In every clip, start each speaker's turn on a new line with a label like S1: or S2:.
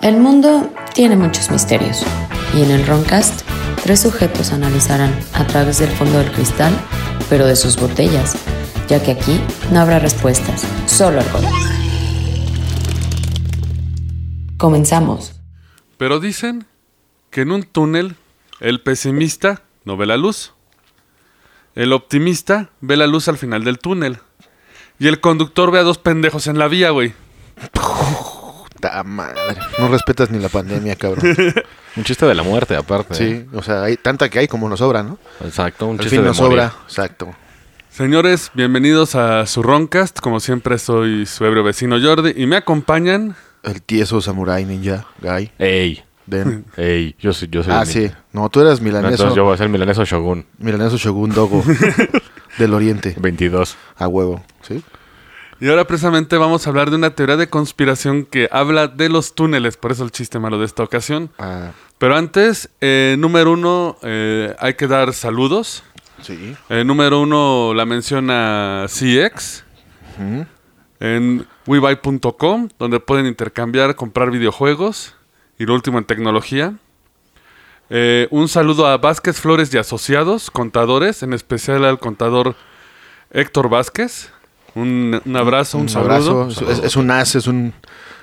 S1: El mundo tiene muchos misterios y en el Roncast tres sujetos analizarán a través del fondo del cristal, pero de sus botellas, ya que aquí no habrá respuestas, solo alcohol. Comenzamos.
S2: Pero dicen que en un túnel el pesimista no ve la luz. El optimista ve la luz al final del túnel. Y el conductor ve a dos pendejos en la vía, güey.
S3: Puta madre. No respetas ni la pandemia, cabrón.
S4: Un chiste de la muerte, aparte. ¿eh?
S3: Sí, o sea, hay tanta que hay como nos sobra, ¿no?
S4: Exacto, un
S3: Al
S4: chiste
S3: fin
S4: de
S3: nos
S4: morir.
S3: sobra. Exacto.
S2: Señores, bienvenidos a su Roncast. Como siempre, soy su ebrio vecino Jordi y me acompañan.
S3: El tieso samurai ninja, guy,
S4: Ey,
S3: den.
S4: ey, yo soy, yo soy
S3: Ah,
S4: el-
S3: sí. No, tú eras
S4: No,
S3: milaneso.
S4: entonces yo voy a ser milaneso Shogun
S3: Milaneso Shogun Dogo del Oriente.
S4: 22.
S3: A huevo, ¿sí?
S2: Y ahora precisamente vamos a hablar de una teoría de conspiración que habla de los túneles. Por eso el chiste malo de esta ocasión.
S3: Ah,
S2: Pero antes, eh, número uno, eh, hay que dar saludos.
S3: sí.
S2: Eh, número uno la menciona CX en webuy.com, donde pueden intercambiar, comprar videojuegos y lo último en tecnología. Eh, un saludo a Vázquez Flores y Asociados, contadores, en especial al contador Héctor Vázquez. Un, un abrazo, un,
S3: Un
S2: saludo.
S3: abrazo. Es- Es, es un as, es un,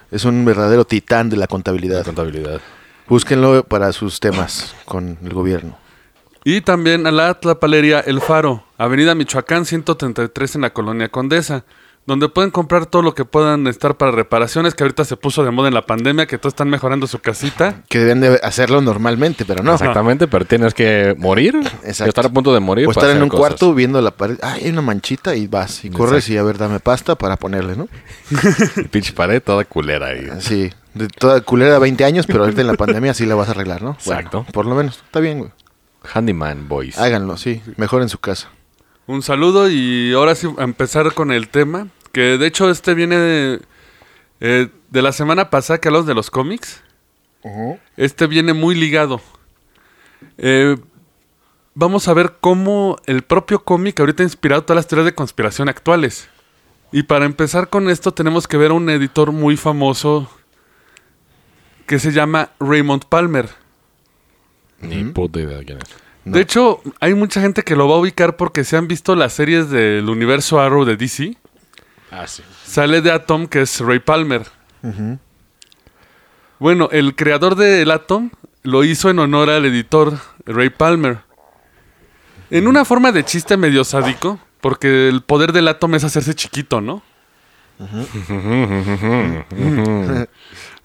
S3: es un verdadero titán de la contabilidad.
S4: De contabilidad.
S3: Búsquenlo para sus temas con el gobierno.
S2: Y también a la Tlapalería El Faro, Avenida Michoacán 133 en la Colonia Condesa, donde pueden comprar todo lo que puedan estar para reparaciones, que ahorita se puso de moda en la pandemia, que todos están mejorando su casita.
S3: Que deben de hacerlo normalmente, pero no.
S4: Exactamente, pero tienes que morir.
S3: Exacto.
S4: O estar a punto de morir.
S3: O
S4: para
S3: estar en
S4: hacer
S3: un
S4: cosas.
S3: cuarto viendo la pared. Ah, hay una manchita y vas y corres y a ver, dame pasta para ponerle, ¿no?
S4: Y Pinche pared toda culera ahí.
S3: Sí. De toda culera de 20 años, pero ahorita en la pandemia sí la vas a arreglar, ¿no? Bueno,
S4: Exacto.
S3: por lo menos. Está bien, güey.
S4: Handyman Boys.
S3: Háganlo, sí. Mejor en su casa.
S2: Un saludo y ahora sí a empezar con el tema, que de hecho este viene de, eh, de la semana pasada que hablamos de los cómics. Este viene muy ligado. Eh, vamos a ver cómo el propio cómic ahorita ha inspirado todas las teorías de conspiración actuales. Y para empezar con esto tenemos que ver a un editor muy famoso que se llama Raymond Palmer.
S4: Ni puta idea de quién es.
S3: No.
S2: De hecho, hay mucha gente que lo va a ubicar porque se han visto las series del universo Arrow de DC.
S4: Ah, sí.
S2: Sale de Atom, que es Ray Palmer. Bueno, el creador del Atom lo hizo en honor al editor Ray Palmer. En una forma de chiste medio sádico, porque el poder del Atom es hacerse chiquito, ¿no?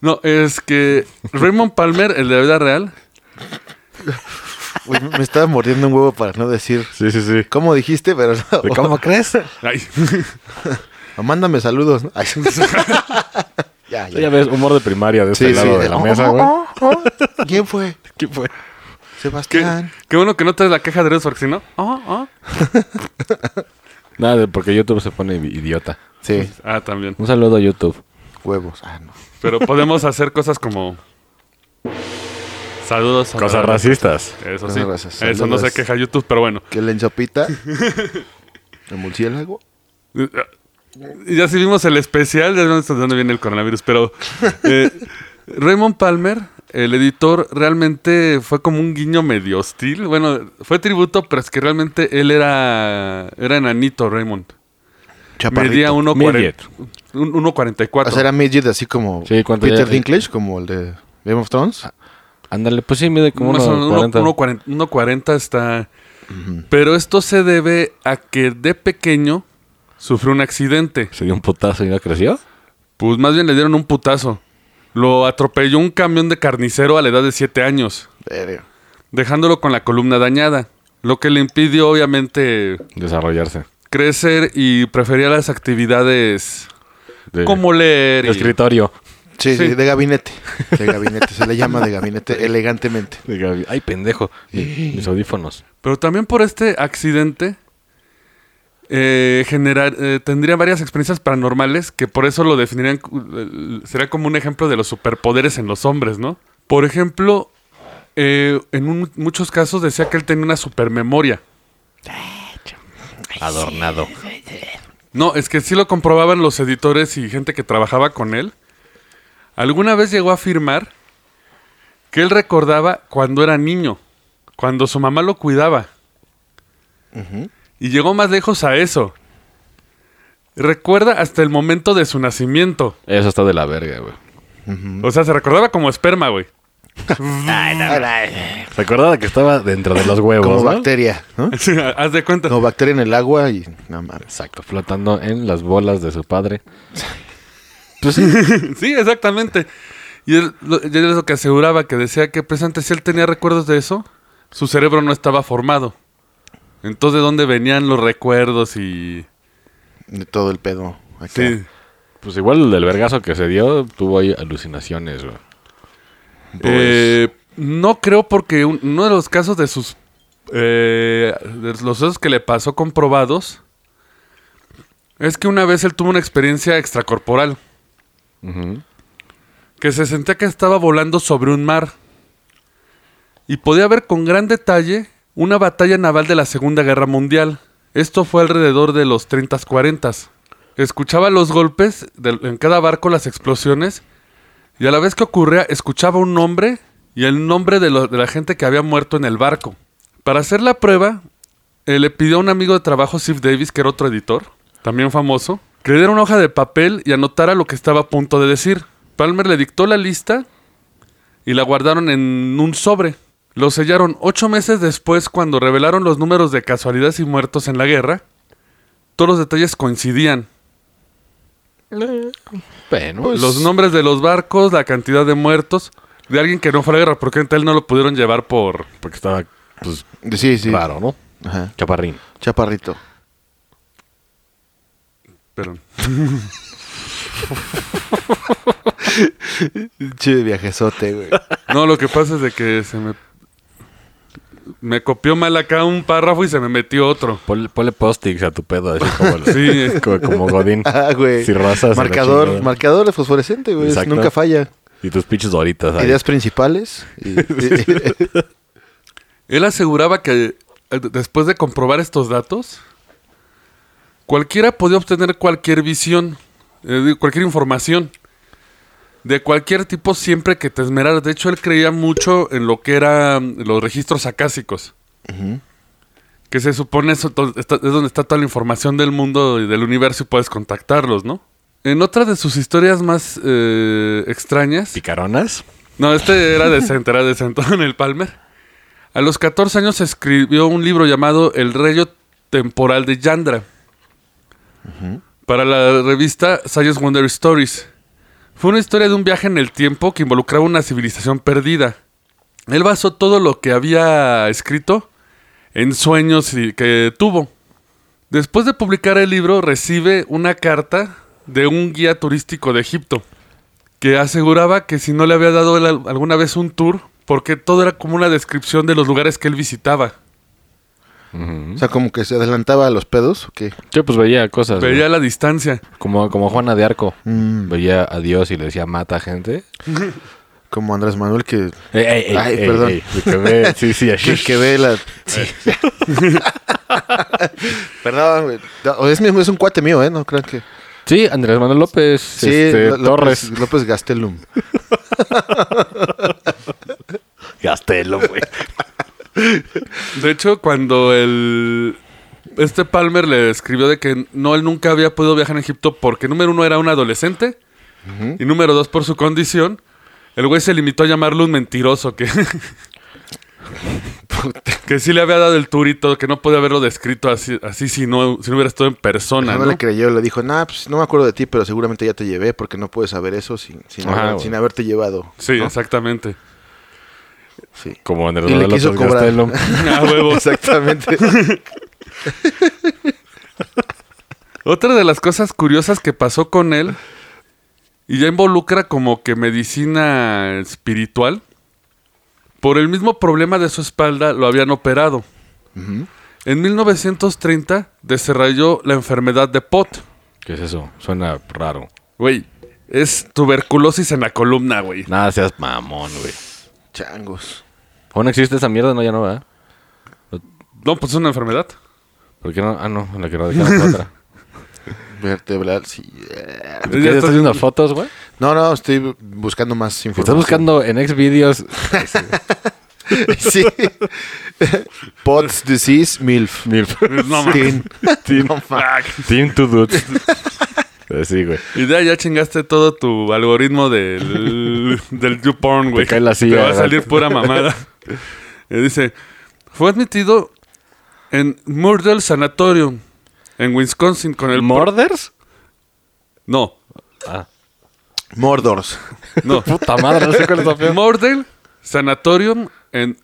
S2: No, es que Raymond Palmer, el de la vida real,
S3: Güey, me estaba mordiendo un huevo para no decir
S4: Sí, sí, sí.
S3: cómo dijiste, pero no.
S4: ¿Cómo crees?
S2: ay,
S3: Mándame saludos, ¿no? Ay, ya,
S4: Ya
S3: ya.
S4: ves, humor de primaria de este lado de la
S3: Oh, oh,
S4: mesa, güey.
S3: oh, oh. ¿Quién fue?
S4: ¿Qué fue?
S2: qué,
S3: Sebastián.
S2: qué bueno que no traes la caja de Dios, porque si no, oh, oh.
S4: Nada, porque YouTube se pone idiota.
S3: Sí,
S2: ah, también.
S4: Un saludo a YouTube.
S3: huevos. Ah, no.
S2: Pero podemos hacer cosas como. Saludos a.
S4: Cosas racistas.
S2: Eso
S3: Cosas
S2: sí.
S3: racistas.
S2: Eso no se
S3: Saludos.
S2: queja YouTube, pero bueno.
S3: ¿Qué le ensopita? ¿El murciélago?
S2: Y ya si vimos el especial, ya vemos de dónde viene el coronavirus. Pero. eh, Raymond Palmer, el editor, realmente fue como un guiño medio hostil. Bueno, fue tributo, pero es que realmente él era. Era enanito, Raymond.
S3: Chaparrito.
S2: Medía 1.40
S4: Midget.
S2: un- 1.44.
S3: O sea, era midget así como
S4: Sí, ¿cuánto
S3: Peter
S4: ya- Ah.
S3: Dinklage, como el de Game of Thrones.
S4: Ándale, pues sí, mide como
S2: Más
S4: unos
S2: o menos,
S4: 40.
S2: uno- 1.40 1.40 está. Pero esto se debe a que de pequeño sufrió un accidente.
S4: Se dio un putazo y no creció.
S2: Pues más bien le dieron un putazo. Lo atropelló un camión de carnicero a la edad de 7 años,
S3: Verga.
S2: dejándolo con la columna dañada. Lo que le impidió, obviamente,
S4: Desarrollarse.
S2: crecer y prefería las actividades
S4: De-
S2: como leer.
S4: de
S2: y-
S4: escritorio.
S3: Sí,
S2: Sí.
S3: sí, de gabinete. De gabinete. Se le llama de gabinete elegantemente.
S4: Diga, Ay, pendejo. Mi- Mis audífonos.
S2: Pero también por este accidente eh, generar, eh, tendría varias experiencias paranormales que por eso lo definirían, eh, sería como un ejemplo de los superpoderes en los hombres, ¿no? Por ejemplo, eh, en un- muchos casos decía que él tenía una supermemoria.
S4: Adornado.
S2: No, es que sí lo comprobaban los editores y gente que trabajaba con él. Alguna vez llegó a afirmar que él recordaba cuando era niño, cuando su mamá lo cuidaba. Y llegó más lejos a eso. Recuerda hasta el momento de su nacimiento.
S4: Eso está de la verga, güey.
S2: O sea, se recordaba como esperma, güey.
S4: Recordaba que estaba dentro de los huevos.
S3: Ah, Como
S4: ¿no?
S3: bacteria, ¿no?
S2: Sí, Haz de cuenta.
S3: Como bacteria en el agua y nada más.
S4: Exacto, flotando en las bolas de su padre. Pues
S2: sí, exactamente. Y él, lo, y él es lo que aseguraba, que decía que pues antes si él tenía recuerdos de eso, su cerebro no estaba formado. Entonces, ¿de dónde venían los recuerdos y...?
S3: De todo el pedo. acá.
S2: Sí.
S4: Pues igual el del vergazo que se dio, tuvo ahí alucinaciones, güey.
S2: Eh, no creo porque un- uno de los casos de sus... eh, de los casos que le pasó comprobados es que una vez él tuvo una experiencia extracorporal.
S4: Ujú.
S2: que se sentía que estaba volando sobre un mar y podía ver con gran detalle una batalla naval de la Segunda Guerra Mundial. Esto fue alrededor de los 30-40. Escuchaba los golpes del- en cada barco, las explosiones, y a la vez que ocurría, escuchaba un nombre y el nombre de, lo- de la gente que había muerto en el barco. Para hacer la prueba, eh, le pidió a un amigo de trabajo, Steve Davis, que era otro editor, también famoso, que le diera una hoja de papel y anotara lo que estaba a punto de decir. Palmer le dictó la lista y la guardaron en un sobre. Lo sellaron ocho meses después cuando revelaron los números de casualidades y muertos en la guerra. Todos los detalles coincidían.
S4: Bueno,
S3: Pues,
S2: los nombres de los barcos, la cantidad de muertos, de alguien que no fue a la guerra, porque a él no lo pudieron llevar por...
S4: porque estaba, pues,
S3: Sí, sí.
S4: raro, ¿no?
S3: Ajá.
S4: Chaparrín.
S3: Chaparrito.
S2: Perdón.
S3: Chido viajezote, güey.
S2: No, lo que pasa es de que se me... Me copió mal acá un párrafo y se me metió otro.
S4: Ponle, ponle post-its a tu pedo, así como,
S2: Sí.
S4: como, como Godín.
S3: Ah, güey.
S4: Si rozas, la
S3: marcador,
S4: chingada.
S3: marcador de fosforescente, güey. es-
S4: Exacto.
S3: Nunca falla.
S4: Y tus pinches doritas ahí.
S3: Ideas principales. y-
S2: Él aseguraba que eh, d- después de comprobar estos datos, cualquiera podía obtener cualquier visión, eh, digo, cualquier información, de cualquier tipo siempre que te esmeraras. De hecho, él creía mucho en lo que eran los registros acásicos, que se supone eso to- está- es donde está toda la información del mundo y del universo y puedes contactarlos, ¿no? En otra de sus historias más eh, extrañas,
S4: ¿Picaronas?
S2: no, este era decente, era decente en el Palmer. A los 14 años escribió un libro llamado El Rayo Temporal de Yandra para la revista Science Wonder Stories. Fue una historia de un viaje en el tiempo que involucraba una civilización perdida. Él basó todo lo que había escrito en sueños y- que tuvo. Después de publicar el libro, recibe una carta de un guía turístico de Egipto que aseguraba que si no le había dado él al- alguna vez un tour, porque todo era como una descripción de los lugares que él visitaba.
S3: o sea, como que se adelantaba a los pedos. ¿o qué?
S4: Yo pues veía cosas. güey.
S2: Veía la distancia.
S4: Como, como Juana de Arco.
S3: Mm.
S4: Veía a Dios y le decía, mata gente.
S3: Como Andrés Manuel que,
S4: Ey, ey, ey,
S3: Ay,
S4: ey,
S3: perdón.
S4: ey, de que ve- sí, sí, así.
S3: que, que ve la... Perdón, güey. No, Es, mi- es un cuate mío, ¿eh? No crean que...
S4: Sí, Andrés Manuel López
S3: Sí,
S4: este,
S3: Ló- López-
S4: Torres.
S3: López Gastelum.
S4: Gastelo, güey.
S2: De hecho, cuando el... Este Palmer le escribió de que no, él nunca había podido viajar a Egipto porque número uno era un adolescente y número dos por su condición. El güey se limitó a llamarlo un mentiroso, que, que sí le había dado el tour y todo, que no podía haberlo descrito así, así si, no, si no hubiera estado en persona.
S3: No,
S2: ¿no?
S3: le creyó, le dijo, nah, pues no me acuerdo de ti, pero seguramente ya te llevé porque no puedes saber eso sin, sin,
S4: Ajá,
S3: haber-
S4: güey.
S3: sin haberte llevado.
S2: Sí, exactamente.
S3: Sí.
S4: Como Andrés
S3: Y le
S4: Manuel
S3: quiso
S4: López
S3: cobrar.
S4: Gastelo.
S2: A Ah, huevo.
S3: Exactamente.
S2: Otra de las cosas curiosas que pasó con él, y ya involucra como que medicina espiritual, por el mismo problema de su espalda lo habían operado. En 1930 desarrolló la enfermedad de POT.
S4: ¿Qué es eso? Suena raro.
S2: Güey, es tuberculosis en la columna, güey.
S4: Nada, seas mamón, güey.
S3: Changos.
S4: ¿Aún existe esa mierda? No, ya no, ¿verdad?
S2: No, pues es una enfermedad.
S4: ¿Por qué no? Ah, no, la que no dejaron fue otra.
S3: Vertebral, sí.
S4: ¿Qué, ¿Estás
S2: estás-
S4: haciendo fotos, güey?
S3: No, no, estoy buscando más
S4: Estás
S3: información.
S4: buscando en Xvideos.
S3: Sí. Potts Disease MILF.
S4: Milf.
S2: No mames.
S3: Teen. No mames.
S2: Ah,
S4: Team to dudes. Así, güey.
S2: Y ya, ya chingaste todo tu algoritmo del, del YouPorn, güey.
S4: Te cae la
S2: Te
S4: silla,
S2: va a
S4: ¿verdad?
S2: salir pura mamada. Eh, dice, fue admitido en Murder Sanatorium, en Wisconsin, con el... por-
S4: ¿Morders?
S2: No,
S4: Ah.
S3: Mordors.
S2: no.
S4: Puta madre, no sé cuál es la peor.
S2: Murder Sanatorium en...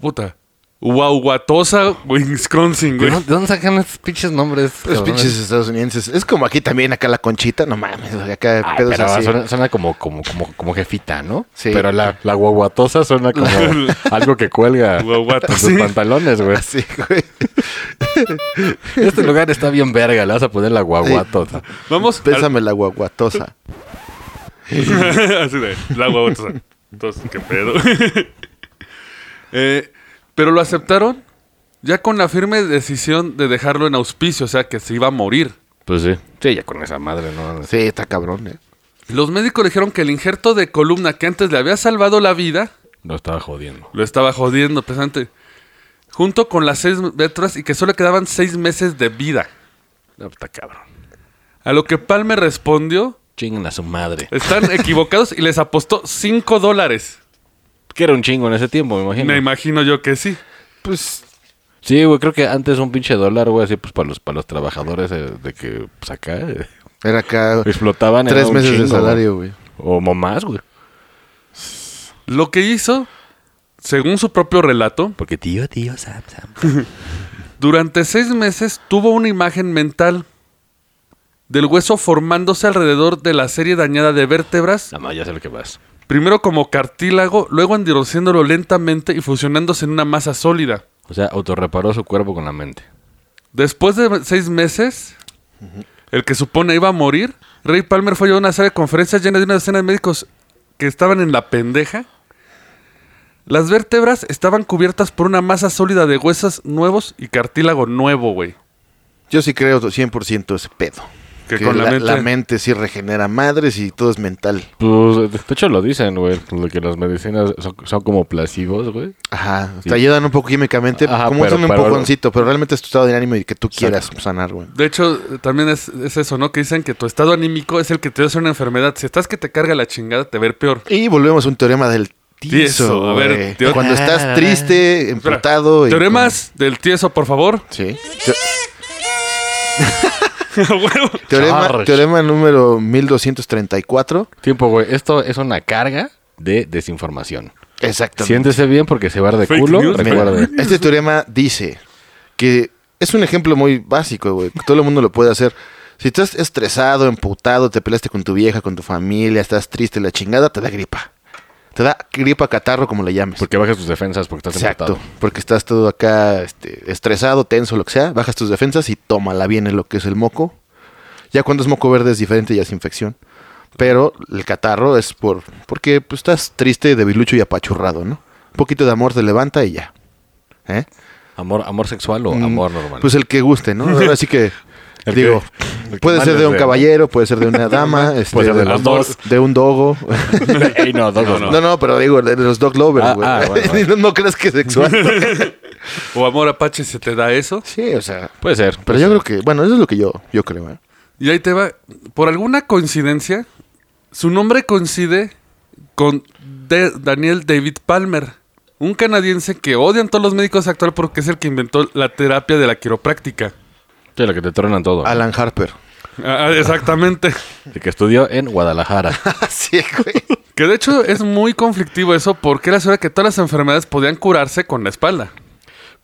S2: Puta. Wauwatosa, Wisconsin,
S4: ¿De
S2: güey.
S4: dónde- de dónde sacan estos pinches nombres?
S3: Los
S4: cabrones?
S3: pinches estadounidenses. Es como aquí también, acá la conchita. No mames, güey, acá
S4: Ay,
S3: pedos
S4: Ah, pero
S3: así.
S4: suena, suena como, como, como, como jefita, ¿no?
S3: Sí.
S4: Pero la, la guaguatosa suena como algo que cuelga
S2: Guaguato,
S4: en sus
S2: sí.
S4: pantalones, güey.
S3: Así, güey.
S4: Este lugar está bien verga, le vas a poner la guaguatota.
S2: Vamos. al-
S3: Pésame la guaguatosa.
S2: Así de, la huevota. Entonces, qué pedo. Eh, pero lo aceptaron ya con la firme decisión de dejarlo en auspicio, o sea, que se iba a morir.
S4: Pues sí. Sí, ya con esa madre, ¿no?
S3: Sí, está cabrón, eh.
S2: Los médicos le dijeron que el injerto de columna que antes le había salvado la vida,
S4: Lo estaba jodiendo.
S2: lo estaba jodiendo, pesante. Junto con las seis letras y que solo quedaban seis meses de vida.
S4: No, está cabrón.
S2: A lo que Palmer respondió,
S4: Chingan a su madre.
S2: están equivocados y les apostó cinco dólares.
S4: Que era un chingo en ese tiempo, me imagino.
S2: Me imagino yo que sí.
S3: Pues
S4: Sí, güey, creo que antes un pinche dólar, güey, así pues para los, para los trabajadores eh, de que pues acá eh,
S3: era acá
S4: explotaban. era
S3: tres
S4: un
S3: meses de
S4: chingo,
S3: salario, güey.
S4: güey. O mo- más, güey.
S2: Lo que hizo, según su propio relato,
S4: Porque tío, tío, Sam, Sam.
S2: Durante seis meses tuvo una imagen mental del hueso formándose alrededor de la serie dañada de vértebras,
S4: Nada más, ya sé lo que vas.
S2: primero como cartílago, luego endureciéndolo lentamente y fusionándose en una masa sólida.
S4: O sea, autorreparó su cuerpo con la mente.
S2: Después de seis meses, el que supone iba a morir, Ray Palmer fue a una sala de conferencias llena de una decena de médicos que estaban en la pendeja. Las vértebras estaban cubiertas por una masa sólida de huesos nuevos y cartílago nuevo, güey.
S3: Yo sí creo 100% ese pedo.
S2: Que con la mente-
S3: sí regenera madres y todo es mental.
S4: Pues, de hecho lo dicen, güey, lo que las medicinas son, son como placivos, güey.
S3: Ajá,
S4: Sí.
S3: te ayudan un poco químicamente,
S4: Ajá,
S3: como
S4: pero-
S3: es un
S4: pero-
S3: empujoncito, pero realmente es tu estado de ánimo y que tú quieras sanar, güey.
S2: De hecho, también es, es eso, ¿no? Que dicen que tu estado anímico es el que te hace una enfermedad. Si estás que te carga la chingada, te ver peor.
S3: Y volvemos a un teorema del tieso,
S2: Tieso, a ver,
S3: güey.
S2: teo-
S3: Cuando estás triste,
S2: Espera,
S3: emputado... y-
S2: Teoremas del tieso, por favor.
S3: Sí. Te-
S2: A huevo.
S3: Teorema,
S4: Charge.
S3: teorema número 1234.
S4: Tiempo, güey, esto es una carga de desinformación.
S3: Exactamente.
S4: Siéntese bien porque se va a dar de
S2: Fake
S4: culo,
S2: news, güey.
S4: recuerde.
S3: Mira, Este teorema dice que es un ejemplo muy básico, güey. que Todo el mundo lo puede hacer. Si estás estresado, emputado, te peleaste con tu vieja, con tu familia, estás triste, la chingada, te da gripa. Te da gripa catarro, como le llames.
S4: Porque bajas tus defensas porque estás
S3: Exacto.
S4: emputado.
S3: Porque estás todo acá este, estresado, tenso, lo que sea. Bajas tus defensas y tómala bien en lo que es el moco. Ya cuando es moco verde es diferente, ya es infección. Pero el catarro es por porque pues, estás triste, debilucho y apachurrado, ¿no? Un poquito de amor te levanta y ya. ¿Eh?
S4: Amor, amor sexual o
S3: Mm,
S4: amor normal.
S3: Pues el que guste, ¿no? Ahora sí que.
S4: El que-
S3: digo,
S4: el que
S3: puede
S4: más
S3: ser
S4: les
S3: de un
S4: dé, ¿no?
S3: caballero, puede ser de una dama, este,
S4: Puede ser de las
S3: un-
S4: dos.
S3: de un dogo.
S4: Ey, no, dos, dos,
S2: No,
S4: no.
S3: No, no, pero digo, de los dog lovers,
S4: Ah,
S3: güey.
S4: ah, bueno,
S3: no,
S4: bueno.
S3: no creas que es sexual.
S2: O amor apache, se te da eso.
S3: sí, o sea.
S4: Puede ser.
S3: Pero yo creo que, bueno, eso es lo que yo, yo creo, ¿eh?
S2: Y ahí te va. Por alguna coincidencia, su nombre coincide con De- Daniel David Palmer, un canadiense que odian todos los médicos actual porque es el que inventó la terapia de la quiropráctica.
S4: Sí, lo que te tronan todo.
S3: Alan Harper.
S2: Ah, exactamente.
S4: El que estudió en Guadalajara.
S3: Ah, sí, güey.
S2: Que de hecho es muy conflictivo eso porque era segura que todas las enfermedades podían curarse con la espalda.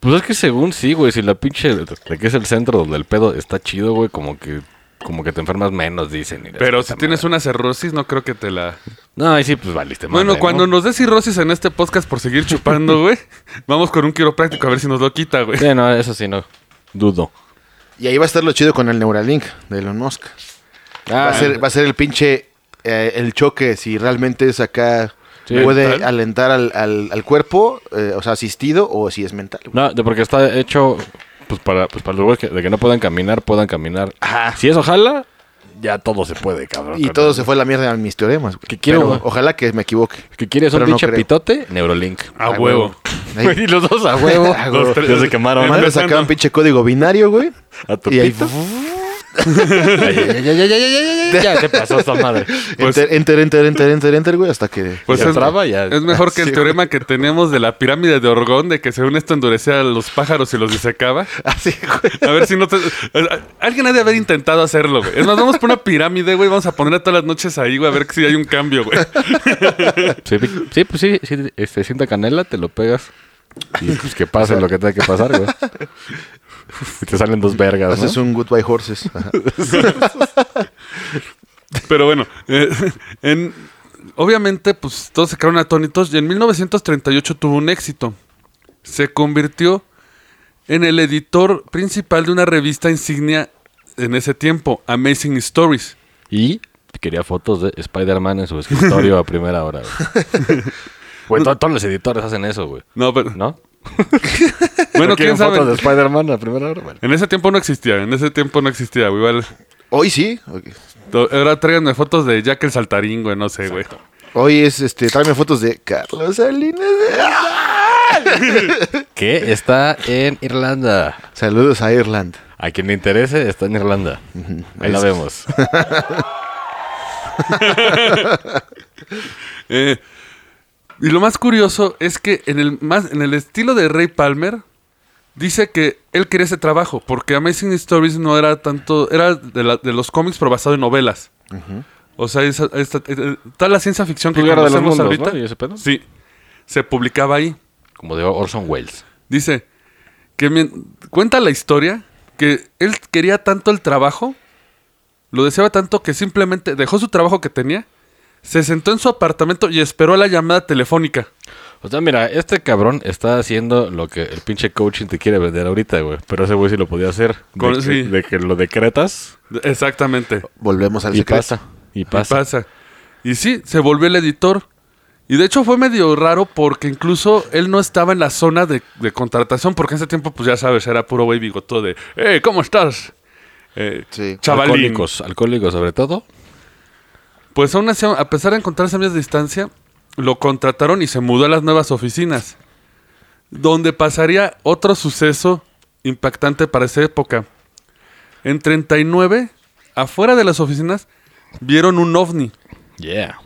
S4: Pues es que según sí, güey, si la pinche... De que es el centro donde el pedo está chido, güey, como que... Como que te enfermas menos, dicen. y la
S2: Pero
S4: puta
S2: si tienes
S4: madre.
S2: una cirrosis, no creo que te la...
S4: No, ahí sí, pues valiste madre,
S2: Bueno,
S4: ¿no?
S2: cuando nos dé cirrosis en este podcast por seguir chupando, güey, vamos con un quiropráctico a ver si nos lo quita, güey.
S4: Sí, no, eso sí, no. Dudo.
S3: Y ahí va a estar lo chido con el Neuralink de Elon Musk.
S4: Ah,
S3: va, a ser, va a ser el pinche eh, el choque si realmente es acá.
S4: Sí.
S3: puede
S2: Mental.
S3: alentar al, al- al cuerpo, eh, o sea, asistido o si es mental. güey.
S4: No, de porque está hecho pues para, pues para los güeyes que, de que no puedan caminar, puedan caminar.
S3: Ajá.
S4: Si eso jala, ya todo se puede, cabrón.
S3: Y
S4: con
S3: todo
S4: el-
S3: se fue a la mierda en mis teoremas. güey.
S4: Ah, Que quiero,
S3: Pero
S4: güey.
S3: ojalá que me equivoque.
S4: Que quieres un
S3: Pero no
S4: pinche
S3: creo.
S4: pitote, Neurolink.
S2: A
S3: Ay,
S2: huevo.
S3: Ahí,
S4: y los dos a huevo.
S3: A huevo.
S4: Los tres. Ya se quemaron.
S3: nomás le sacaban pinche código binario, güey.
S4: A tu
S3: Y ahí,
S4: pito. Ay, ya, ya, ya, ya, ya, ya, ya, ya, te pasó esta madre.
S2: Pues-
S3: enter, enter, enter, enter, enter, enter, güey, hasta que...
S2: Pues
S4: Ya
S2: es,
S4: traba, ya.
S2: es mejor que el
S3: Sí,
S2: teorema que tenemos de la pirámide de Orgón, de que según esto endurecía a los pájaros y los disecaba.
S3: Así, güey.
S2: A ver si no te... Alguien ha de haber intentado hacerlo, güey. Es más, vamos por una pirámide, güey. Vamos a poner a todas las noches ahí, güey, a ver si hay un cambio, güey.
S4: Sí, pi- sí, pues sí, sí, este, sienta canela, te lo pegas. Y pues que pase lo que tenga que pasar, güey. Y te salen dos vergas,
S3: Haces
S4: ¿no?
S3: un Goodbye Horses. Ajá.
S2: Pero bueno, eh, en- obviamente, pues todos se quedaron atónitos y en 1938 tuvo un éxito. Se convirtió en el editor principal de una revista insignia en ese tiempo, Amazing Stories.
S4: Y quería fotos de Spider-Man en su escritorio a primera hora, güey. Güey, to- todos los editores hacen eso, güey.
S2: No, pero,
S4: ¿No?
S2: bueno, quién
S4: quieren
S2: sabe.
S4: fotos de Spider-Man a primera hora? Bueno.
S2: En ese tiempo no existía, en ese tiempo no existía, güey. Igual,
S3: Hoy sí. ok.
S2: to- ahora tráiganme fotos de Jack el Saltarín, güey, no sé, güey.
S3: Hoy es, este, tráeme fotos de Carlos Salinas.
S4: Que está en Irlanda.
S3: Saludos a Irlanda.
S4: A quien le interese, está en Irlanda. Ahí la
S3: Es-
S4: vemos.
S2: Eh, y lo más curioso es que en el, más, en el estilo de Ray Palmer, dice que él quería ese trabajo, porque Amazing Stories no era tanto, era de, la- de los cómics, pero basado en novelas. O sea, esa- esta- eh, toda la ciencia ficción que
S4: Pues Guerra de los
S2: conocemos
S4: Mundos,
S2: ahorita,
S4: ¿no? ¿Y ese pedo?
S2: sí, se publicaba ahí.
S4: Como de Orson Welles.
S2: Dice que mien- cuenta la historia que él quería tanto el trabajo, lo deseaba tanto que simplemente dejó su trabajo que tenía, se sentó en su apartamento y esperó a la llamada telefónica.
S4: O sea, mira, este cabrón está haciendo lo que el pinche coaching te quiere vender ahorita, güey. Pero ese güey sí lo podía hacer. De
S2: Con-
S4: que-
S2: sí.
S4: de que lo decretas
S2: Exactamente.
S3: Volvemos al
S4: y
S3: secreto.
S4: pasa. Y
S2: Y
S4: pasa.
S2: pasa. Y sí, se volvió el editor. Y de hecho fue medio raro porque incluso él no estaba en la zona de, de contratación, porque en ese tiempo, pues ya sabes, era puro güey bigotudo de, ¡Eh, ¿cómo estás? Eh,
S3: Sí.
S2: chavalín".
S4: Alcohólicos, alcohólicos sobre todo.
S2: Pues aún así, a pesar de encontrarse a medias de distancia, lo contrataron y se mudó a las nuevas oficinas, donde pasaría otro suceso impactante para esa época. En 39, afuera de las oficinas, vieron un ovni.
S4: Yeah.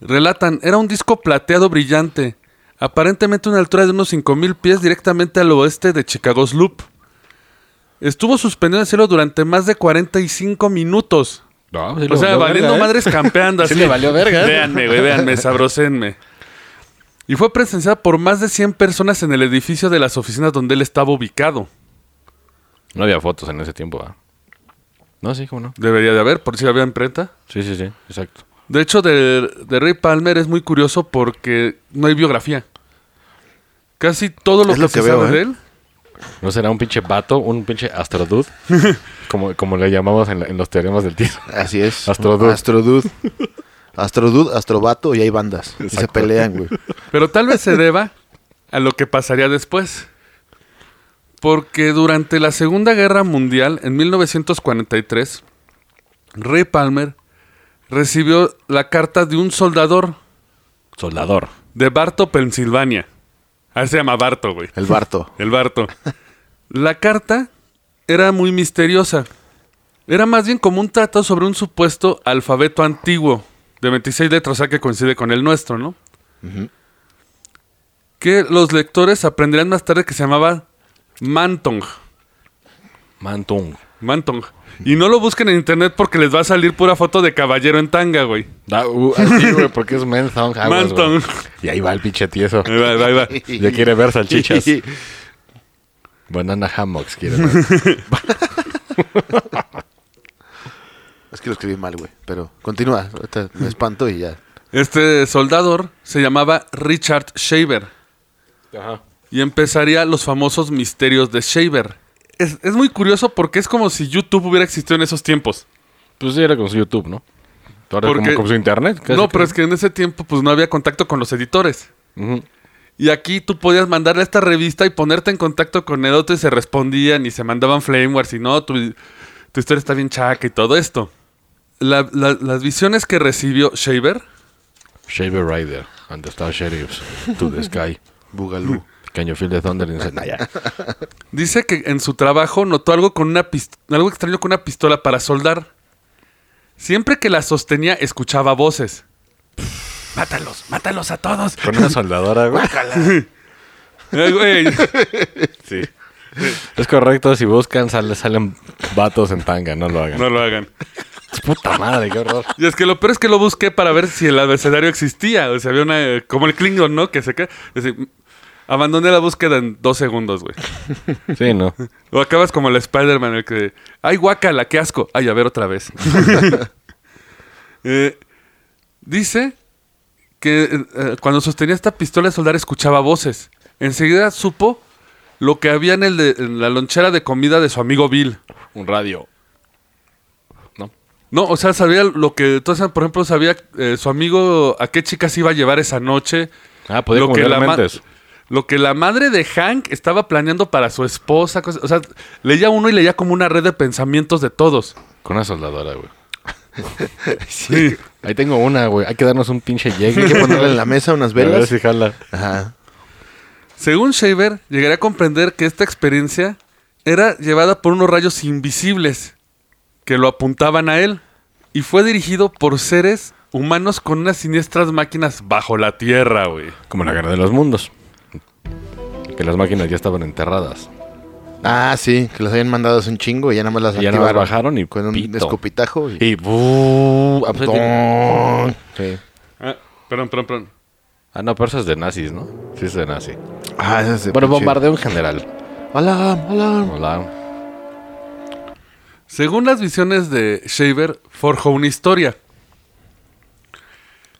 S2: Relatan, era un disco plateado brillante, aparentemente a una altura de unos 5.000 pies directamente al oeste de Chicago's Loop. Estuvo suspendido en el cielo durante más de 45 minutos.
S4: No, sí le
S2: O sea,
S4: valió
S2: valiendo
S4: verga, ¿eh?
S2: madres campeando
S4: Sí
S2: así.
S4: le valió verga, ¿eh?
S2: Véanme, güey, véanme, sabrosenme. Y fue presenciada por más de 100 personas en el edificio de las oficinas donde él estaba ubicado.
S4: No había fotos en ese tiempo, ¿ah? No, sí, cómo no.
S2: Debería de haber, por si había imprenta.
S4: Sí, sí, sí, exacto.
S2: De hecho, de, de Ray Palmer es muy curioso porque no hay biografía. Casi todo lo
S3: Es
S2: que,
S3: lo
S2: se
S3: que veo,
S2: sabe de
S3: ¿eh?
S2: él.
S4: ¿No será un pinche vato, un pinche astrodude? como, como le llamamos en, la- en los teoremas del tiro.
S3: Así es.
S4: Astrodude.
S3: Astrodude. Astrodude, Astrobato y hay bandas. Y se
S4: Exacto.
S3: pelean, güey.
S2: Pero tal vez se deba a lo que pasaría después. Porque durante la Segunda Guerra Mundial, en 1943, Ray Palmer recibió la carta de un soldador
S4: Soldador.
S2: de Barto, Pensilvania. Ah, se llama Barto, güey.
S3: El Barto.
S2: El Barto. La carta era muy misteriosa. Era más bien como un trato sobre un supuesto alfabeto antiguo de 26 letras, o sea que coincide con el nuestro, ¿no? Que los lectores aprenderían más tarde que se llamaba Mantong.
S4: Mantung.
S2: Mantong. Y no lo busquen en internet porque les va a salir pura foto de caballero en tanga, güey.
S4: Da, uh, así, güey, porque es Mantung. aguas, güey.
S2: Mantung.
S4: Y ahí va el pinche tieso.
S2: Ahí va, ahí va, ahí va.
S4: Ya quiere ver salchichas. Banana hammocks quiere ver.
S3: Es que lo escribí mal, güey. Pero continúa. Ahorita me espanto y ya.
S2: Este soldador se llamaba Richard Shaver. Y empezaría los famosos misterios de Shaver. Es, es muy curioso porque es como si YouTube hubiera existido en esos tiempos.
S4: Pues sí, era con su YouTube, ¿no? Ahora
S2: Porque-
S4: como con su internet. casi,
S2: no, pero
S4: creo.
S2: es que en ese tiempo pues no había contacto con los editores.
S4: Ujú.
S2: Y aquí tú podías mandarle a esta revista y ponerte en contacto con el otro y se respondían y se mandaban flamewares y no, tu, tu historia está bien chaca y todo esto. La- la- las visiones que recibió Shaver,
S4: Shaver Rider and the Star Sheriffs to the sky.
S3: Bugalú.
S4: Can you feel the thunder inside? Nah, ya.
S2: dice que en su trabajo notó algo, con una pist- algo extraño con una pistola para soldar. Siempre que la sostenía, escuchaba voces. Mátalos, mátalos a todos.
S4: Con una soldadora, güey.
S2: Eh, güey.
S4: Sí. Es correcto, si buscan sale- salen vatos en tanga, no lo hagan.
S2: No lo hagan.
S4: Puta madre, qué horror.
S2: Y es que lo peor es que lo busqué para ver si el abecedario existía. O sea, había una. eh, Como el Klingon, ¿no? Que se cae. Es decir, abandoné la búsqueda en dos segundos, güey.
S4: Sí, no.
S2: O acabas como el Spider-Man, el que. ¡Ay, guacala, qué asco! ¡Ay, a ver otra vez! Eh, dice que eh, eh, cuando sostenía esta pistola de soldar escuchaba voces. Enseguida supo lo que había en, el de- en la lonchera de comida de su amigo Bill.
S4: Un radio. No.
S2: No, o sea, sabía lo que. Entonces, por ejemplo, sabía eh, su amigo a qué chicas iba a llevar esa noche.
S4: Ah, podía
S2: lo que, la
S4: acumular
S2: ma-
S4: mentes.
S2: lo que la madre de Hank estaba planeando para su esposa. cosas- o sea, leía uno y leía como una red de pensamientos de todos.
S4: Con una soldadora, güey.
S2: Sí.
S4: Ahí tengo una, güey. Hay que darnos un pinche llegue.
S3: Hay que ponerle en la mesa unas
S4: A ver
S3: velas.
S4: si jala.
S3: Ajá.
S2: Según Shaver, llegaré a comprender que esta experiencia era llevada por unos rayos invisibles que lo apuntaban a él y fue dirigido por seres humanos con unas siniestras máquinas bajo la tierra, güey.
S4: Como la guerra de los mundos. Que las máquinas ya estaban enterradas.
S3: Ah, sí, que los habían mandado hace un chingo y ya nada más las
S4: Y ya nada más bajaron y
S3: con un
S4: pito.
S3: escopitajo y,
S4: Y. ¡bu! Ah, pues,
S3: ¡Ton! Sí.
S2: Ah, perdón, perdón, perdón.
S4: Ah, no, pero eso es de nazis, ¿no? Sí, es de nazi.
S3: Ah, ese es de
S4: Bueno,
S3: pinche-
S4: bombardeo Mm. en general.
S3: Alarm, alarm.
S4: Hola.
S2: Según las visiones de Shaver, forjó una historia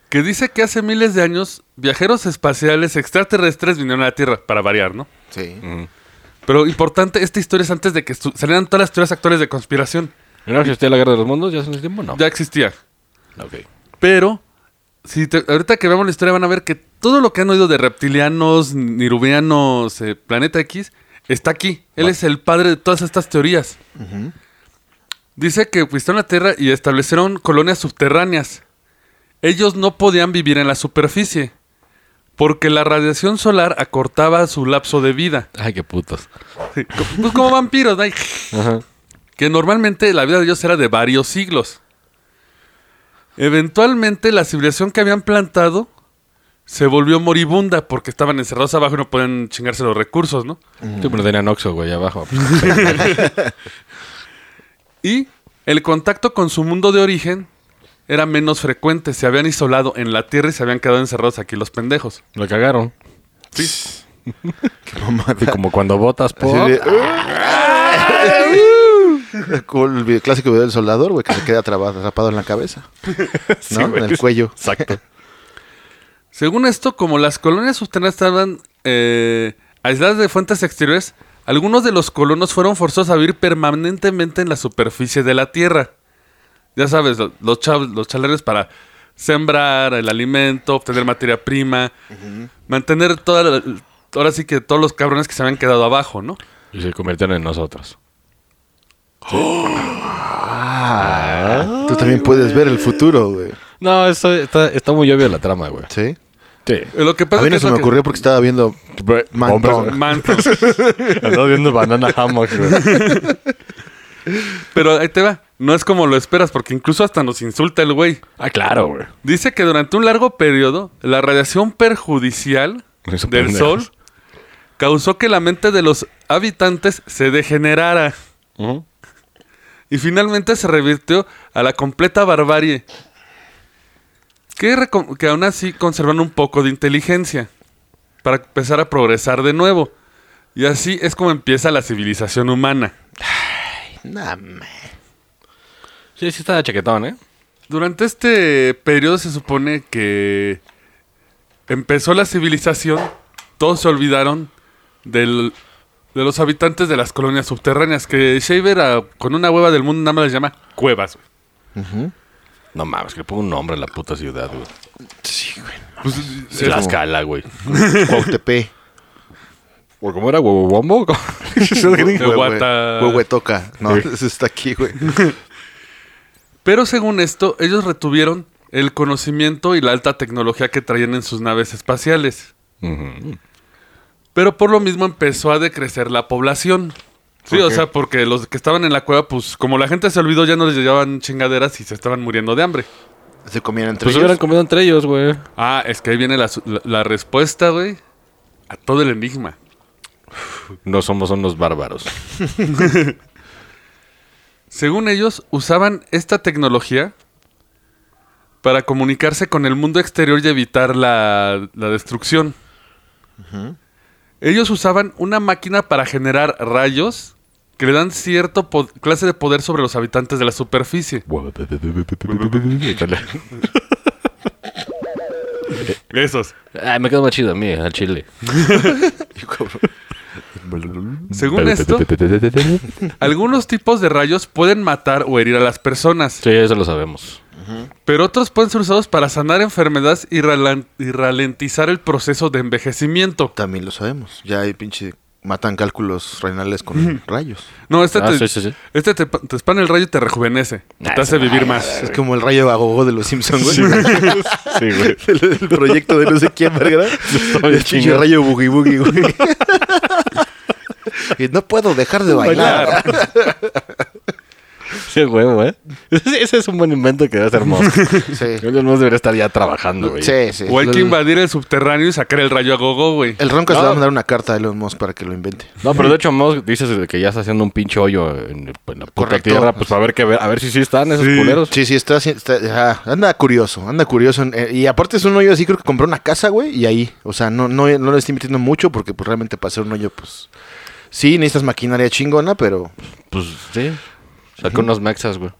S2: que dice que hace miles de años viajeros espaciales extraterrestres vinieron a la Tierra, para variar, ¿no?
S3: Sí.
S2: Pero importante, esta historia es antes de que estu- salieran todas las teorías actuales de conspiración.
S4: ¿Y no existía la guerra de los mundos? ¿Ya hace un tiempo? No.
S2: Ya existía.
S4: Ok.
S2: Pero, si te- ahorita que veamos la historia van a ver que todo lo que han oído de reptilianos, nirubianos, eh, Planeta X, está aquí. Él
S4: Va.
S2: es el padre de todas estas teorías. Dice que pisaron la Tierra y establecieron colonias subterráneas. Ellos no podían vivir en la superficie, porque la radiación solar acortaba su lapso de vida.
S4: Ay, qué putos.
S2: Sí, co- Pues como vampiros, ¿no? Ay,
S4: Ajá.
S2: que normalmente la vida de ellos era de varios siglos. Eventualmente la civilización que habían plantado se volvió moribunda porque estaban encerrados abajo y no podían chingarse los recursos, ¿no?
S4: Sí, pero tenían Oxxo, güey, abajo.
S2: Y el contacto con su mundo de origen era menos frecuente, se habían isolado en la tierra y se habían quedado encerrados aquí los pendejos.
S4: Lo cagaron.
S2: Sí.
S3: Qué mamada.
S4: Sí, como cuando votas por...
S3: Así de- ¡Ah! Con el video- clásico video del soldador, güey, que se queda traba- atrapado en la cabeza. ¿No? en el cuello.
S4: Exacto.
S2: Según esto, como las colonias subterráneas estaban eh, aisladas de fuentes exteriores, algunos de los colonos fueron forzados a vivir permanentemente en la superficie de la tierra. Ya sabes, lo- los, chav- los chalanes para sembrar el alimento, obtener materia prima, mantener toda la- ahora sí que todos los cabrones que se habían quedado abajo, ¿no?
S4: Y se convirtieron en nosotros.
S3: Tú también puedes ver el futuro, güey.
S4: No, eso está, está muy obvio la trama, güey.
S3: ¿Sí?
S4: Sí.
S2: Eh, Lo que
S3: A
S2: pasa es
S3: mí
S2: que
S3: no
S2: es
S3: se me
S2: lo que-
S3: ocurrió porque estaba viendo Mantón.
S2: Manto.
S4: Estaba viendo Banana Hammock, güey.
S2: Pero ahí te va. No es como lo esperas, porque incluso hasta nos insulta el güey.
S4: Ah, claro, güey.
S2: Dice que durante un largo periodo, la radiación perjudicial
S4: Eso
S2: del
S4: pendejos.
S2: Sol causó que la mente de los habitantes se degenerara
S4: Ujú.
S2: y finalmente se revirtió a la completa barbarie. Que, reco- que aún así conservan un poco de inteligencia para empezar a progresar de nuevo. Y así es como empieza la civilización humana.
S3: Nah, man.
S4: Sí, sí estaba chaquetón, ¿eh?
S2: Durante este periodo se supone que empezó la civilización, todos se olvidaron del- de los habitantes de las colonias subterráneas, que Shaver a- con una hueva del mundo nada más les llama cuevas. güey.
S4: No mames, que le pongo un nombre a la puta ciudad, güey.
S3: Sí, güey.
S2: Pues,
S4: Tlaxcala, güey.
S3: Cuauhtepec.
S4: ¿O cómo era? ¿Huevo bombo? Eso es gringo.
S2: De Guata.
S3: toca. No, eso está aquí, güey.
S2: Pero según esto, ellos retuvieron el conocimiento y la alta tecnología que traían en sus naves espaciales.
S4: Ujú.
S2: Pero por lo mismo empezó a decrecer la población. Sí, o sea, porque los que estaban en la cueva, pues como la gente se olvidó, ya no les llevaban chingaderas y se estaban muriendo de hambre.
S3: Se comían entre
S4: Pues
S3: ellos.
S4: hubieran comido entre ellos, güey.
S2: Ah, es que ahí viene la, su- la- la respuesta, güey, a todo el enigma.
S4: No somos unos bárbaros.
S2: Según ellos, usaban esta tecnología para comunicarse con el mundo exterior y evitar la, la destrucción. Ellos usaban una máquina para generar rayos que le dan cierto po- clase de poder sobre los habitantes de la superficie. Esos.
S4: Ay, me quedó más chido a mí, al chile.
S2: Según esto-
S4: Sí,
S2: Algunos tipos de rayos pueden matar o herir a las personas,
S4: eso lo sabemos.
S2: pero otros pueden ser usados para sanar enfermedades y, ralan- y ralentizar el proceso de envejecimiento.
S3: También lo sabemos. Ya hay pinche. Matan cálculos renales con rayos.
S2: No, este,
S4: Ah,
S2: te,
S4: sí, sí, sí.
S2: este te, pa- te espana el rayo y te rejuvenece.
S4: Ah,
S2: te hace
S4: eso-
S2: vivir más.
S3: Es como el rayo agogo de los Simpsons, güey.
S4: Sí, güey.
S3: El, el proyecto de no sé quién, ¿verdad?
S4: Está
S3: El
S4: bien
S3: pinche
S4: chingón.
S3: rayo boogie boogie, güey. Y no puedo dejar de bailar.
S4: Sí, huevo, ¿eh? Ese ese es un buen invento que debe ser Musk.
S3: Sí.
S4: Elon Musk debería estar ya trabajando, güey.
S3: Sí, sí.
S2: O hay que
S3: El-
S2: invadir el subterráneo y sacar el rayo a gogo, güey.
S3: El Roncas
S4: No.
S3: le va a mandar una carta a Elon Musk para que lo invente.
S4: No, pero de hecho Musk dices de que ya está haciendo un pinche hoyo en, en la puta
S3: Correcto.
S4: tierra, pues a ver qué ver, a ver si sí están esos culeros.
S3: Sí, sí, está, haci- está- ajá, anda curioso, anda curioso. Eh, Y aparte es un hoyo así, creo que compró una casa, güey, y ahí. O sea, no, no, no le estoy metiendo mucho porque pues realmente para hacer un hoyo, pues... Sí, necesitas maquinaria chingona, pero...
S4: Pues sí. Sacó unos mexas, güey.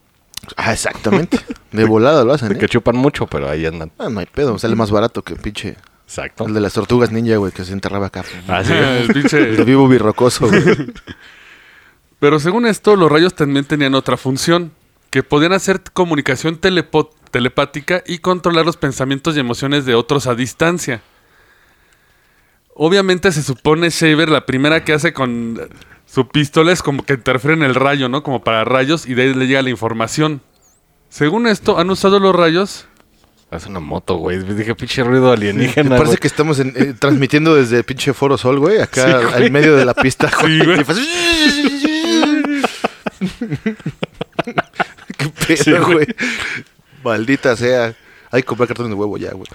S3: Ah, exactamente. De volada lo hacen,
S4: Que
S3: ¿eh?
S4: chupan mucho, pero ahí andan.
S3: Ah, no hay pedo, sale más barato que pinche...
S4: Exacto. Ah,
S3: El de las tortugas ninja, güey, que se enterraba acá.
S4: Así
S2: El
S3: El de
S2: pinche-
S3: vivo birrocoso, güey.
S2: Pero según esto, los rayos también tenían otra función, que podían hacer comunicación telepo- telepática y controlar los pensamientos y emociones de otros a distancia. Obviamente se supone Shaver, la primera que hace con su pistola es como que interfiere en el rayo, ¿no? Como para rayos y de ahí le llega la información. Según esto, han usado los rayos
S4: Hace una moto, güey. Dije, pinche ruido
S3: Me
S4: alienígena,
S3: parece
S4: güey.
S3: que estamos en- eh, transmitiendo desde pinche Foro Sol, güey, acá al medio de la pista, güey.
S2: Sí, güey.
S3: Y fue así- Qué pedo,
S4: güey.
S3: güey. Maldita sea. Hay que comprar cartones de huevo ya, güey.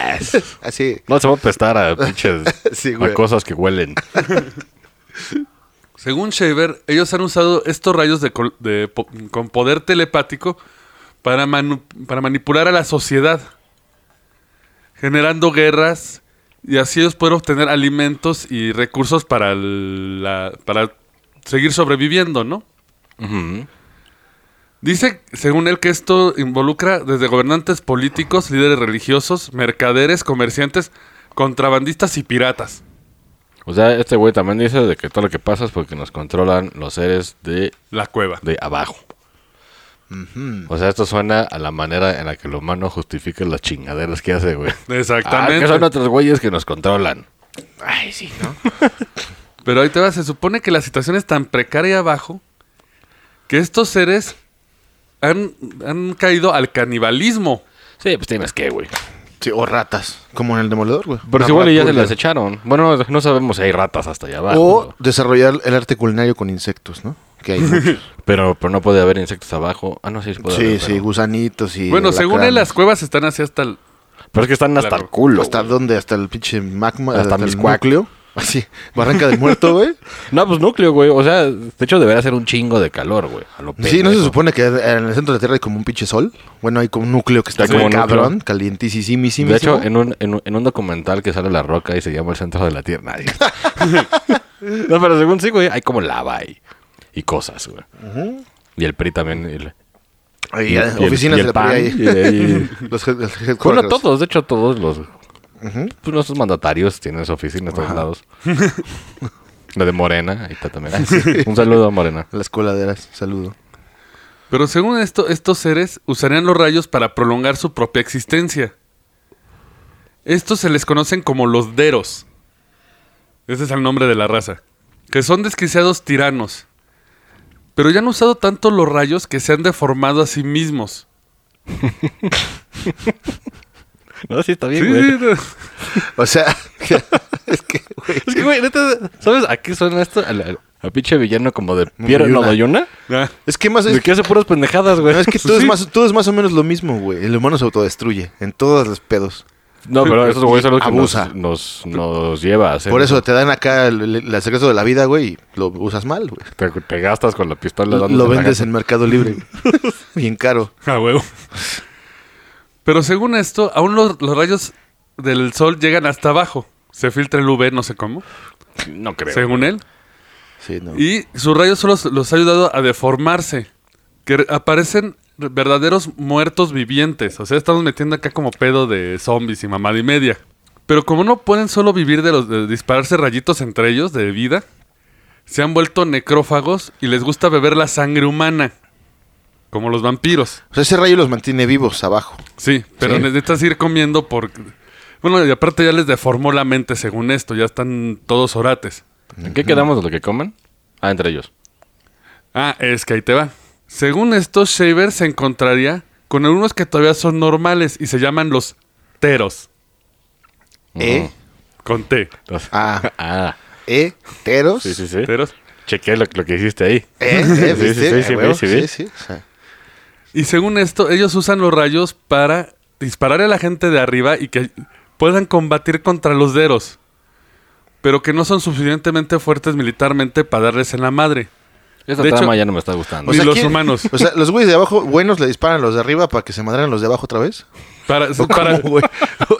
S3: Así.
S4: No, se va a apestar a pinches
S3: Sí, güey.
S4: a cosas que huelen.
S2: Según Shaver, ellos han usado estos rayos de col- de po- con poder telepático para, manu- para manipular a la sociedad, generando guerras y así ellos pueden obtener alimentos y recursos para, el- la- para seguir sobreviviendo, ¿no?
S4: Ujú.
S2: Dice, según él, que esto involucra desde gobernantes políticos, líderes religiosos, mercaderes, comerciantes, contrabandistas y piratas.
S4: O sea, este güey también dice de que todo lo que pasa es porque nos controlan los seres de,
S2: La cueva.
S4: de abajo. O sea, esto suena a la manera en la que el humano justifica las chingaderas que hace, güey.
S2: Exactamente.
S4: Ah, que son otros güeyes que nos controlan.
S3: Ay, sí, ¿no?
S2: Pero ahí te va, se supone que la situación es tan precaria abajo que estos seres han, han caído al canibalismo.
S4: Sí, pues tienes que, güey.
S3: Sí, o ratas, como en el demoledor, güey.
S4: Pero
S3: Una
S4: si igual y ya se
S3: rata,
S4: las echaron. Bueno, no, no sabemos si hay ratas hasta allá
S3: güey.
S4: abajo.
S3: O
S4: ¿no?
S3: desarrollar el arte culinario con insectos, ¿no? Que hay muchos.
S4: Pero, pero no puede haber insectos abajo. Ah, no, sí, puede
S3: Sí,
S4: haber.
S3: sí,
S4: pero-
S3: gusanitos y.
S2: bueno, según él,
S3: alacranes.
S2: las cuevas están así hasta el...
S4: Pero es que están hasta
S2: Claro.
S4: el culo.
S3: ¿Hasta
S4: güey.
S3: dónde? Hasta el pinche magma.
S4: Hasta
S3: Hasta,
S4: mis
S3: el
S4: cuac.
S3: núcleo. Así. Barranca del Muerto, güey.
S4: No, pues núcleo, güey. O sea, de hecho debería ser un chingo de calor, güey. a lo
S3: Sí, ¿no se
S4: pendejo.
S3: supone que en el centro de la Tierra hay como un pinche sol? Bueno, hay como un núcleo que está
S4: Sí,
S3: como
S4: como núcleo.
S3: cabrón, calientísimo.
S4: de hecho, en un, en, un- en un documental que sale La Roca y se llama El Centro de la Tierra. Nadie. no, pero según sí, güey, hay como lava y, y cosas, güey. Y el PRI también. y el-
S3: Ahí,
S4: y
S3: eh,
S4: el- y el-
S3: oficinas
S4: y el
S3: de la
S4: PAN,
S3: PRI
S4: y-
S3: ahí.
S4: y-
S3: Los head- los headquarters.
S4: Bueno, todos, de hecho, todos los. pues, nuestros mandatarios tienen su oficina en todos lados. La de Morena, ahí está también. Un saludo a Morena.
S3: Las coladeras, saludo.
S2: Pero según esto, estos seres usarían los rayos para prolongar su propia existencia. Estos se les conocen como los deros. Ese es el nombre de la raza. que son desquiciados tiranos, pero ya han usado tanto los rayos que se han deformado a sí mismos.
S4: No, sí, está
S2: Sí,
S4: bien, güey.
S2: sí,
S3: O sea, es que, güey,
S4: Es que, güey, neta, ¿sabes a qué suena esto? Al, al- al pinche villano como de Piero
S3: Nodoyuna.
S4: Nodoyuna.
S2: no.
S3: es que más
S4: De
S3: es,
S4: que hace puras pendejadas, güey.
S3: no, es que todo,
S2: Sí.
S3: es más, todo es más o menos lo mismo, güey. El humano se autodestruye en todos los pedos.
S4: No, pero esos güeyes son los que
S3: Abusa.
S4: nos, nos, nos lleva a hacer.
S3: Por eso te dan acá el, el- el secreto de la vida, güey, y lo usas mal, güey.
S4: Te, te gastas con la pistola.
S3: Lo,
S4: dándote en la
S3: vendes
S4: cara.
S3: en Mercado Libre. Bien caro.
S2: Ah, huevo. Pero según esto, aún los, los rayos del sol llegan hasta abajo. Se filtra el UV, no sé cómo,
S4: No creo.
S2: según él.
S3: Sí, no.
S2: Y sus rayos solo los- los ha ayudado a deformarse. Que re- aparecen verdaderos muertos vivientes. O sea, estamos metiendo acá como pedo de zombies y mamada y media. Pero como no pueden solo vivir de los de dispararse rayitos entre ellos de vida, se han vuelto necrófagos y les gusta beber la sangre humana. Como los vampiros.
S3: O sea, Pues ese rayo los mantiene vivos abajo.
S2: Sí, pero
S3: Sí.
S2: necesitas ir comiendo por... Bueno, y aparte ya les deformó la mente según esto, ya están todos orates.
S4: ¿En qué quedamos de lo que comen? Ah, entre ellos.
S2: Ah, es que ahí te va. Según esto, Shaver se encontraría con algunos que todavía son normales y se llaman los teros,
S3: ¿Eh?
S2: con T.
S4: Entonces-
S3: Ah.
S4: ah.
S3: ¿Eh? ¿Teros?
S4: Sí, sí, sí.
S2: Teros.
S4: Chequé lo, lo que hiciste ahí.
S3: ¿Eh?
S4: Sí,
S3: ¿Eh?
S4: sí,
S3: ¿Viste?
S4: sí, sí,
S3: Ah, huevo,
S4: sí, sí.
S3: sí, sí. O sea,
S2: Y según esto, ellos usan los rayos para disparar a la gente de arriba y que puedan combatir contra los deros. Pero que no son suficientemente fuertes militarmente para darles en la madre.
S4: Esa
S2: De
S4: trama
S2: hecho-
S4: ya no me está
S2: O
S4: gustando.
S3: O
S2: Ni
S3: sea,
S2: los
S3: ¿quién-
S2: humanos.
S3: O sea, los güeyes de abajo buenos le disparan a los de arriba para que se madran los de abajo otra vez.
S2: Para,
S3: ¿O
S2: para-
S3: cómo, güey?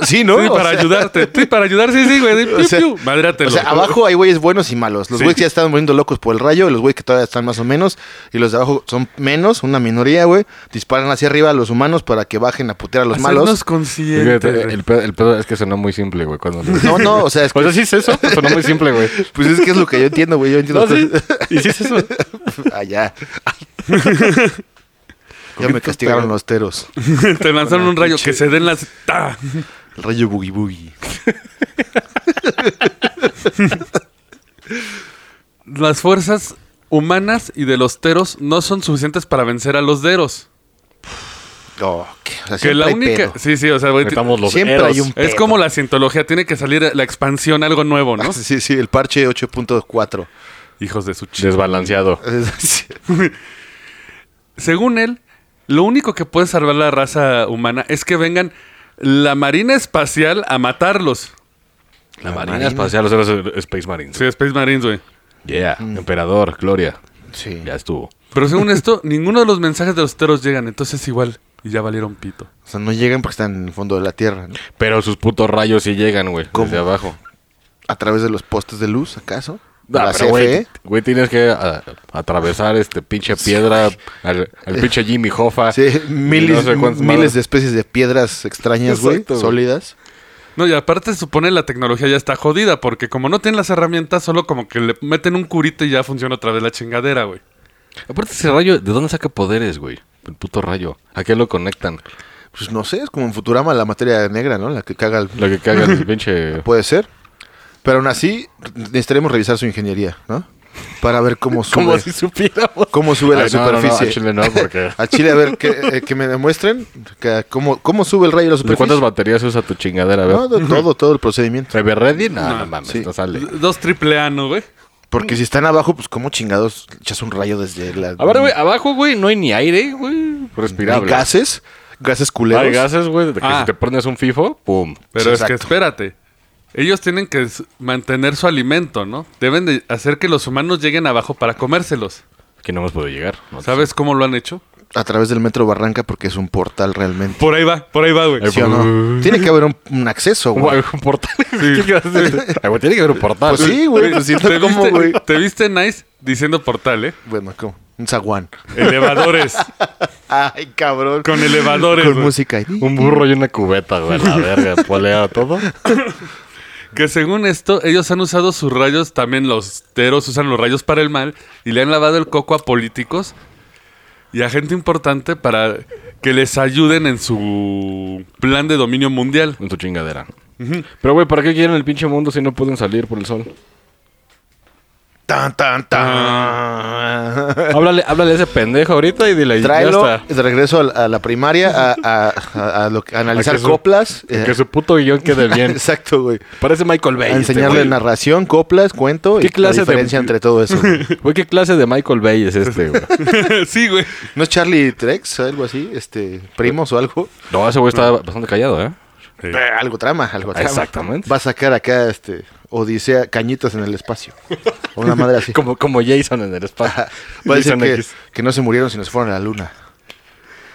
S3: Sí, ¿no?
S2: Sí,
S3: O
S2: para
S3: sea,
S2: ayudarte. Sí, para ayudar, sí, sí, güey. de
S3: o
S2: piu,
S3: sea,
S2: piu. Madréatelo.
S3: O sea, abajo hay güeyes buenos y malos. Los
S2: Sí.
S3: güeyes que ya están muriendo locos por el rayo, los güeyes que todavía están más o menos, y los de abajo son menos, una minoría, güey. Disparan hacia arriba a los humanos para que bajen a putear a los
S2: Hacernos
S3: malos.
S2: conscientes.
S4: Fíjate, el, pedo, el pedo es que sonó muy simple, güey. Cuando...
S3: No, no, o sea, es que-
S4: O sea, sí es eso. Sonó muy simple, güey.
S3: pues es que es lo que yo entiendo, güey. Yo entiendo.
S2: ¿Ah,
S4: No, sí. ¿Y sí es eso?
S3: Allá. ya me castigaron los teros.
S2: Te lanzaron un rayo que se den las. ¡Ta!
S3: El rayo boogie boogie.
S2: Las fuerzas humanas y de los teros no son suficientes para vencer a los deros.
S3: Oh, que, o sea,
S2: Que
S3: siempre
S2: la
S3: hay
S2: única.
S3: pedo.
S2: Sí, sí, o sea, güey. ti-
S4: Estamos los
S3: Siempre
S4: eros.
S3: hay un
S2: Es
S3: pedo.
S2: como la cientología, tiene que salir la expansión, algo nuevo, ¿no?
S3: Ah, Sí, sí, el parche 8.4.
S2: Hijos de su chica.
S4: Desbalanceado.
S3: Sí.
S2: Según él, lo único que puede salvar la raza humana es que vengan la marina espacial a matarlos.
S4: La Marina Espacial, los eros Space Marines.
S2: Sí, Space Marines, güey.
S4: Yeah.
S3: Mm.
S4: Emperador, Gloria.
S3: Sí.
S4: Ya estuvo.
S2: Pero según esto, ninguno de los mensajes de los teros llegan, entonces igual, y ya valieron pito.
S3: O sea, no llegan porque están en el fondo de la tierra, ¿no?
S4: Pero sus putos rayos sí llegan, güey.
S3: ¿Cómo?
S4: Desde abajo.
S3: A través de los postes de luz, ¿acaso?
S4: Ah,
S3: la E. CFE.
S4: pero, güey, güey, tienes que a- atravesar este pinche piedra al, al pinche Jimmy Hoffa.
S3: Sí, miles,
S4: No sé cuántas
S3: miles
S4: madres.
S3: de especies de piedras extrañas, güey,
S4: Exacto, güey.
S3: sólidas.
S2: No, y aparte se supone la tecnología ya está jodida, porque como no tienen las herramientas, solo como que le meten un curito y ya funciona otra vez la chingadera, güey.
S4: Aparte ese rayo, ¿de dónde saca poderes, güey? El puto rayo. ¿A qué lo conectan?
S3: Pues no sé, es como en Futurama la materia negra, ¿no? La que caga el...
S4: Lo que caga el pinche...
S3: Puede ser. Pero aún así, re- necesitaremos revisar su ingeniería, ¿no? Para ver cómo sube.
S4: Como si supiéramos.
S3: cómo sube la
S4: Ay, no, no, no,
S3: superficie.
S4: al chile no, porque-
S3: Al chile, a ver, que, eh, que me demuestren que cómo, cómo sube el rayo a la
S4: ¿De
S3: superficie.
S4: cuántas baterías usa tu chingadera? A ver.
S3: No, de todo, todo el procedimiento.
S4: ¿Cyber Ready? No, no, mames,
S3: sí.
S4: no sale.
S2: Dos triple A, ¿no, güey?
S3: Porque si están abajo, pues cómo chingados echas un rayo desde la...
S4: A ver, güey, abajo, güey, no hay ni aire, güey.
S3: Hay
S4: Respirable.
S3: gases, gases culeros.
S4: Hay gases, güey, de que
S2: Ah.
S4: si te pones un FIFO, pum.
S2: Pero
S3: Sí,
S2: es que
S3: exacto.
S2: espérate. Ellos tienen que s- mantener su alimento, ¿no? Deben de hacer que los humanos lleguen abajo para comérselos.
S4: Que no hemos podido llegar. No sé.
S2: ¿Sabes cómo lo han hecho?
S3: A través del metro Barranca porque es un portal realmente.
S2: Por ahí va, por ahí va, güey.
S4: Ahí
S3: ¿Sí o no? Tiene que haber un, un acceso,
S4: Como
S3: güey.
S4: hay un portal. ¿Qué quieres hacer? Ay, güey, Tiene que haber un portal.
S3: Pues sí, güey. Pues si no,
S2: ¿Te,
S3: ¿cómo,
S2: viste,
S3: güey?
S2: te viste nice diciendo portal, ¿eh?
S3: Bueno, ¿cómo? Un zaguán.
S2: Elevadores.
S3: Ay, cabrón.
S2: Con elevadores,
S3: Con
S2: güey.
S3: música.
S4: Un burro y una cubeta, güey, la verga. Polea todo.
S2: Que según esto, ellos han usado sus rayos, también los teros usan los rayos para el mal, y le han lavado el coco a políticos y a gente importante para que les ayuden en su plan de dominio mundial.
S4: En tu chingadera. Pero, güey, ¿para qué quieren el pinche mundo si no pueden salir por el sol?
S3: Tan, tan, tan.
S4: Háblale, háblale a ese pendejo ahorita y dile. ya
S3: Tráelo
S4: está.
S3: de regreso a, a la primaria a, a- a- a lo que- a analizar
S4: A que su-
S3: coplas. eh,
S4: Que su puto guión quede bien.
S3: Exacto, güey.
S4: Parece Michael Bay.
S3: A
S4: este
S3: enseñarle
S4: güey.
S3: narración, coplas, cuento
S4: ¿Qué
S3: y
S4: clase
S3: la
S4: de-
S3: diferencia entre todo eso. güey.
S4: Güey, ¿qué clase de Michael Bay es este, güey?
S2: sí, güey.
S3: ¿No es Charlie Trex algo así? Este, primos o algo.
S4: No, ese güey está bastante callado, ¿eh?
S2: Sí.
S3: Eh, Algo trama, algo trama.
S4: Exactamente.
S3: Va a sacar acá este Odisea cañitas en el espacio. O una madre así.
S4: Como, como Jason en el espacio.
S3: Va a decir
S4: Jason
S3: que,
S4: X.
S3: que no se murieron sino se fueron a la luna.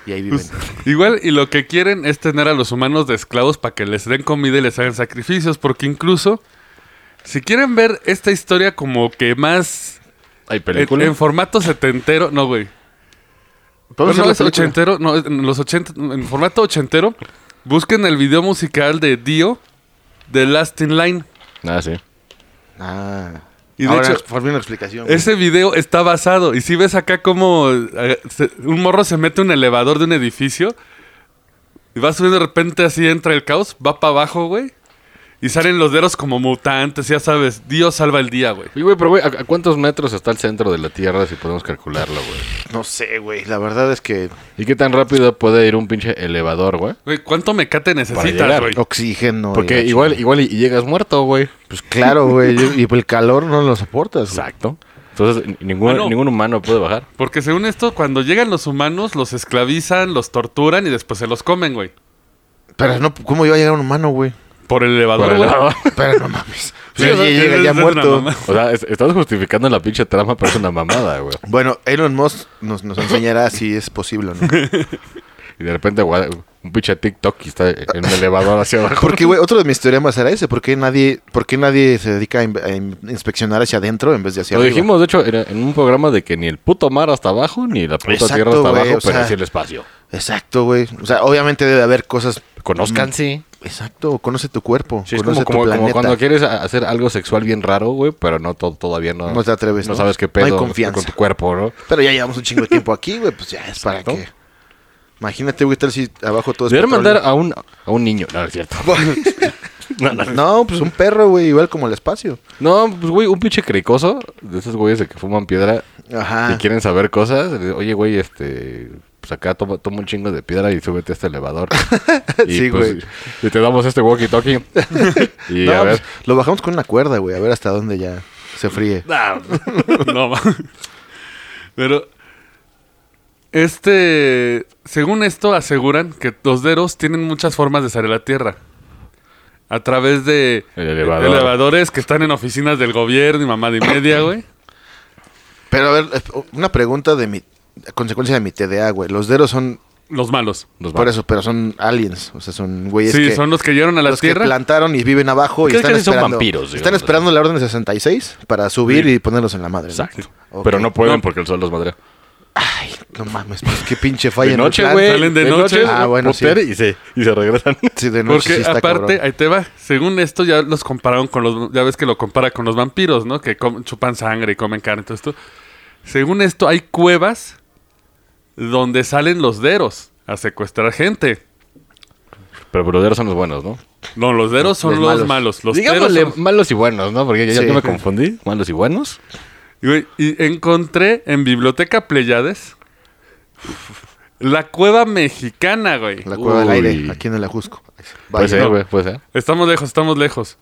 S3: Y ahí viven.
S2: Igual, y lo que quieren es tener a los humanos de esclavos para que les den comida y les hagan sacrificios, porque incluso, si quieren ver esta historia como que más
S4: Hay
S2: en,
S4: película.
S2: en formato setentero, no, güey. No,
S3: Vamos a
S2: no,
S3: hacer la
S2: es
S3: película.
S2: ochentero, no, en los ochenta, en formato ochentero, busquen el video musical de Dio, de Last in Line.
S4: Ah, sí.
S3: Ah.
S2: Y de
S3: Ahora,
S2: hecho-
S3: por fin una explicación. güey.
S2: Ese video está basado. Y si ves acá como eh, se- un morro se mete a un elevador de un edificio y va subiendo de repente así entra el caos, va para abajo, güey. Y salen los dedos como mutantes, ya sabes. Dios salva el día, güey.
S4: Y, güey, pero, güey, ¿a, a cuántos metros está el centro de la Tierra si podemos calcularlo, güey?
S3: No sé, güey. La verdad es que
S4: ¿Y qué tan rápido puede ir un pinche elevador, güey?
S2: Güey, ¿cuánto mecate necesitas,
S4: llegar.
S2: güey?
S3: oxígeno. y la
S4: Porque
S3: chingada.
S4: igual, igual y, y llegas muerto, güey.
S3: Pues claro, güey. Y y el calor no lo soportas. güey.
S4: Exacto. Entonces, ni- ningún,
S2: Ah, no.
S4: ningún humano puede bajar.
S2: Porque según esto, cuando llegan los humanos, los esclavizan, los torturan y después se los comen, güey.
S3: Pero no, ¿cómo iba a llegar un humano, güey?
S2: Por el elevador,
S4: Por el
S2: güey.
S4: elevador.
S3: Pero no mames.
S2: Sí,
S3: Pues,
S2: o sea,
S3: ya
S2: es-
S3: llega ya
S2: es una
S3: muerto.
S2: mamada.
S4: O sea, es- estás justificando la pinche trama, pero es una mamada, güey.
S3: Bueno, Elon Musk nos, nos enseñará si es posible o no.
S4: Y de repente, güey, un pinche TikTok y está en un elevador hacia abajo.
S3: Porque, güey, otro de mis teoremas era ese. ¿Por qué nadie, por qué nadie se dedica a, in- a in- inspeccionar hacia adentro en vez de hacia
S4: Lo
S3: arriba?
S4: dijimos, de hecho, en, en un programa de que ni el puto mar hasta abajo, ni la puta
S3: Exacto,
S4: tierra hasta
S3: güey,
S4: abajo,
S3: o
S4: pero
S3: sea-
S4: sí el espacio.
S3: Exacto, güey. O sea, obviamente debe haber cosas...
S4: Conózcanse.
S3: Exacto, conoce tu cuerpo,
S4: Mm. Sí, es
S3: conoce tu
S4: como, como- como
S3: planeta.
S4: cuando quieres a- hacer algo sexual bien raro, güey, pero no to- todavía no,
S3: No te atreves,
S4: No,
S3: ¿no?
S4: sabes qué
S3: No hay
S4: pedo
S3: confianza.
S4: con tu cuerpo, ¿no?
S3: Pero ya llevamos un chingo de tiempo aquí, güey, pues ya es para
S4: Exacto.
S3: que... Imagínate, güey, tal si abajo todo es
S4: Deberían
S3: petróleo.
S4: mandar a un, a un niño. No, no es cierto. No, no, no.
S3: No, pues un perro, güey, igual como el espacio.
S4: No, pues, güey, un pinche cricoso de esos güeyes de que fuman piedra y
S3: Ajá.
S4: quieren saber cosas. le dice, Oye, güey, este. Pues acá toma, toma un chingo de piedra y súbete a este elevador. y,
S3: Sí,
S4: pues,
S3: güey.
S4: Y te damos este walkie-talkie. y
S3: No,
S4: a ver.
S3: pues, lo bajamos con una cuerda, güey, a ver hasta dónde ya se fríe.
S2: No, ma. Pero. Este. Según esto, aseguran que los deros tienen muchas formas de salir a la tierra. A través de. e-,
S4: El elevador.
S2: Elevadores que están en oficinas del gobierno y mamá de media, güey.
S3: Pero a ver, eh, una pregunta de mi... Consecuencia de mi TDA, güey. Los deros son
S2: Los malos.
S4: Nos
S3: Por
S4: va.
S3: eso, pero son aliens, o sea, son güeyes
S2: sí,
S3: que
S2: son los que llegaron a la
S3: los que
S2: tierra.
S3: plantaron y viven abajo y
S4: Casi,
S3: están
S4: casi son
S3: esperando,
S4: vampiros, digamos,
S3: están
S4: o sea.
S3: esperando la orden 66 para subir y ponerlos en la madre. ¿no?
S4: Exacto.
S3: Ok.
S4: Pero no pueden
S2: No.
S4: porque el sol los madre.
S3: Ay, no mames, pues qué pinche falla
S4: de
S3: en el
S4: noche,
S3: plan.
S4: güey.
S2: Salen de noche.
S4: Ah,
S3: Ah,
S4: bueno,
S3: bueno, sí.
S4: y, se, y se regresan.
S3: Sí, de noche
S2: Porque
S3: sí está
S2: aparte,
S3: cabrón.
S2: ahí te va. Según esto, ya los compararon con los. Ya ves que lo compara con los vampiros, ¿no? Que com- chupan sangre y comen carne, todo esto. Según esto, hay cuevas donde salen los deros a secuestrar gente.
S4: Pero broderos son los buenos, ¿no?
S2: No, los deros son
S3: Los
S2: los,
S3: malos.
S2: malos. Los
S4: Digámosle
S2: deros son-
S4: malos y buenos, ¿no? Porque ya, ya
S3: Sí.
S4: yo me confundí. Malos y buenos.
S2: Y, güey, y encontré en Biblioteca Pleiades la cueva mexicana, güey.
S3: La cueva del
S4: Uy.
S3: aire, aquí en el Ajusco.
S4: Puede
S3: Vaya,
S4: ser,
S3: no.
S4: güey, puede ser.
S2: Estamos lejos, estamos lejos.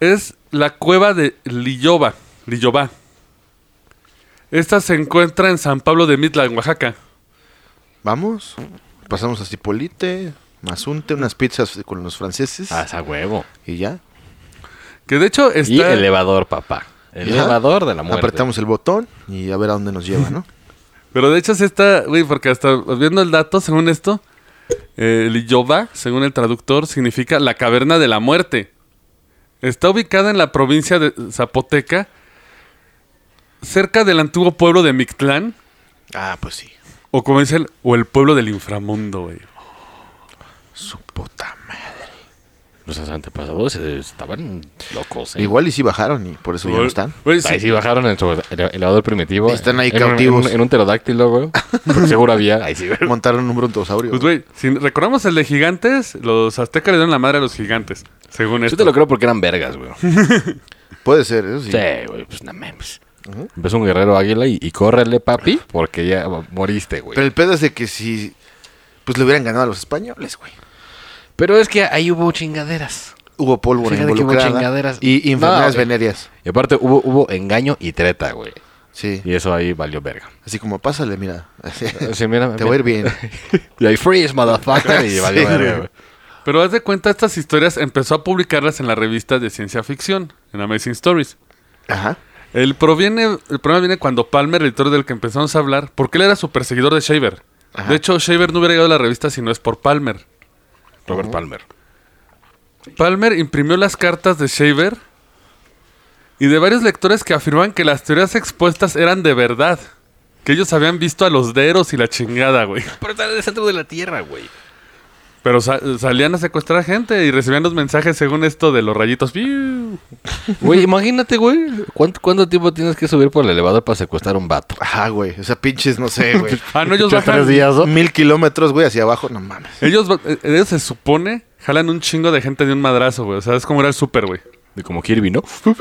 S2: Es la cueva de Lilloba. Lilloba. Esta se encuentra en San Pablo de Mitla, en Oaxaca.
S3: Vamos, pasamos a Cipolite, Mazunte, unas pizzas con los franceses
S4: Ah, esa huevo.
S3: y ya.
S2: Que de hecho está.
S4: Y elevador, papá.
S3: Ya.
S4: Elevador de la muerte.
S3: Apretamos el botón y a ver a dónde nos lleva, ¿no?
S2: Pero de hecho sí está, güey, porque hasta viendo el dato, según esto, eh, Lilloba, según el traductor, significa la caverna de la muerte. Está ubicada en la provincia de Zapoteca, cerca del antiguo pueblo de Mictlán,
S3: ah, pues sí.
S2: o como dicen, o el pueblo del inframundo, güey.
S3: Su Oh, puta madre.
S4: Nuestros antepasados eh, estaban locos, ¿eh?
S3: Igual y sí bajaron y por eso ya no están.
S2: Güey,
S4: Ahí
S2: sí.
S4: sí bajaron en su ele- elevador primitivo.
S3: Están ahí
S4: en un- en un-
S3: cautivos.
S4: En un, pterodáctilo, güey. Porque Seguro había. Ahí sí, güey.
S3: Montaron un brontosaurio.
S2: Pues, güey, si recordamos el de gigantes, los aztecas le dieron la madre a los gigantes, según
S4: Yo te
S2: esto.
S4: lo creo porque eran vergas, güey.
S3: Puede ser, eso sí.
S4: Sí, güey, pues no mames. Ves un guerrero águila y, y córrele, papi, porque ya moriste, güey.
S3: Pero el pedo es de que si. Pues le hubieran ganado a los españoles, güey.
S4: Pero es que ahí hubo chingaderas.
S3: Hubo pólvora
S4: Fíjate que hubo
S3: involucrada.
S4: chingaderas.
S3: Y enfermedades
S4: No, güey.
S3: venerias.
S4: Y aparte hubo, hubo engaño y treta, güey.
S3: Sí.
S4: Y eso ahí valió verga.
S3: Así como, pásale, mira.
S4: Sí, mira,
S3: Te va a ir bien.
S4: Y ahí freeze, motherfucker, y valió
S3: Sí,
S4: verga,
S3: güey.
S4: güey.
S2: Pero haz de cuenta, estas historias empezó a publicarlas en las revistas de ciencia ficción, en Amazing Stories.
S3: Ajá.
S2: El, proviene, el problema viene cuando Palmer, el editor del que empezamos a hablar, porque él era su perseguidor de Shaver.
S3: Ajá.
S2: De hecho, Shaver no hubiera llegado a la revista si no es por Palmer.
S4: Robert Palmer.
S2: Palmer imprimió las cartas de Shaver y de varios lectores que afirman que las teorías expuestas eran de verdad. Que ellos habían visto a los deros y la chingada, güey.
S4: Pero está en el centro de la tierra, güey.
S2: Pero sa- salían a secuestrar gente y recibían los mensajes según esto de los rayitos. ¡Piu!
S4: Güey, imagínate, güey. ¿Cuánto, cuánto tiempo tienes que subir por el elevador para secuestrar a un vato?
S3: Ajá, güey. O sea, pinches, no sé, güey.
S2: Ah, no, ellos
S4: Pinches
S2: bajan.
S4: tres días, ¿no?
S3: Mil kilómetros, güey, hacia abajo. No mames.
S2: Ellos, va- eh, ellos se supone jalan un chingo de gente de un madrazo, güey. O sea, es como era el súper, güey.
S4: Y como Kirby, ¿no?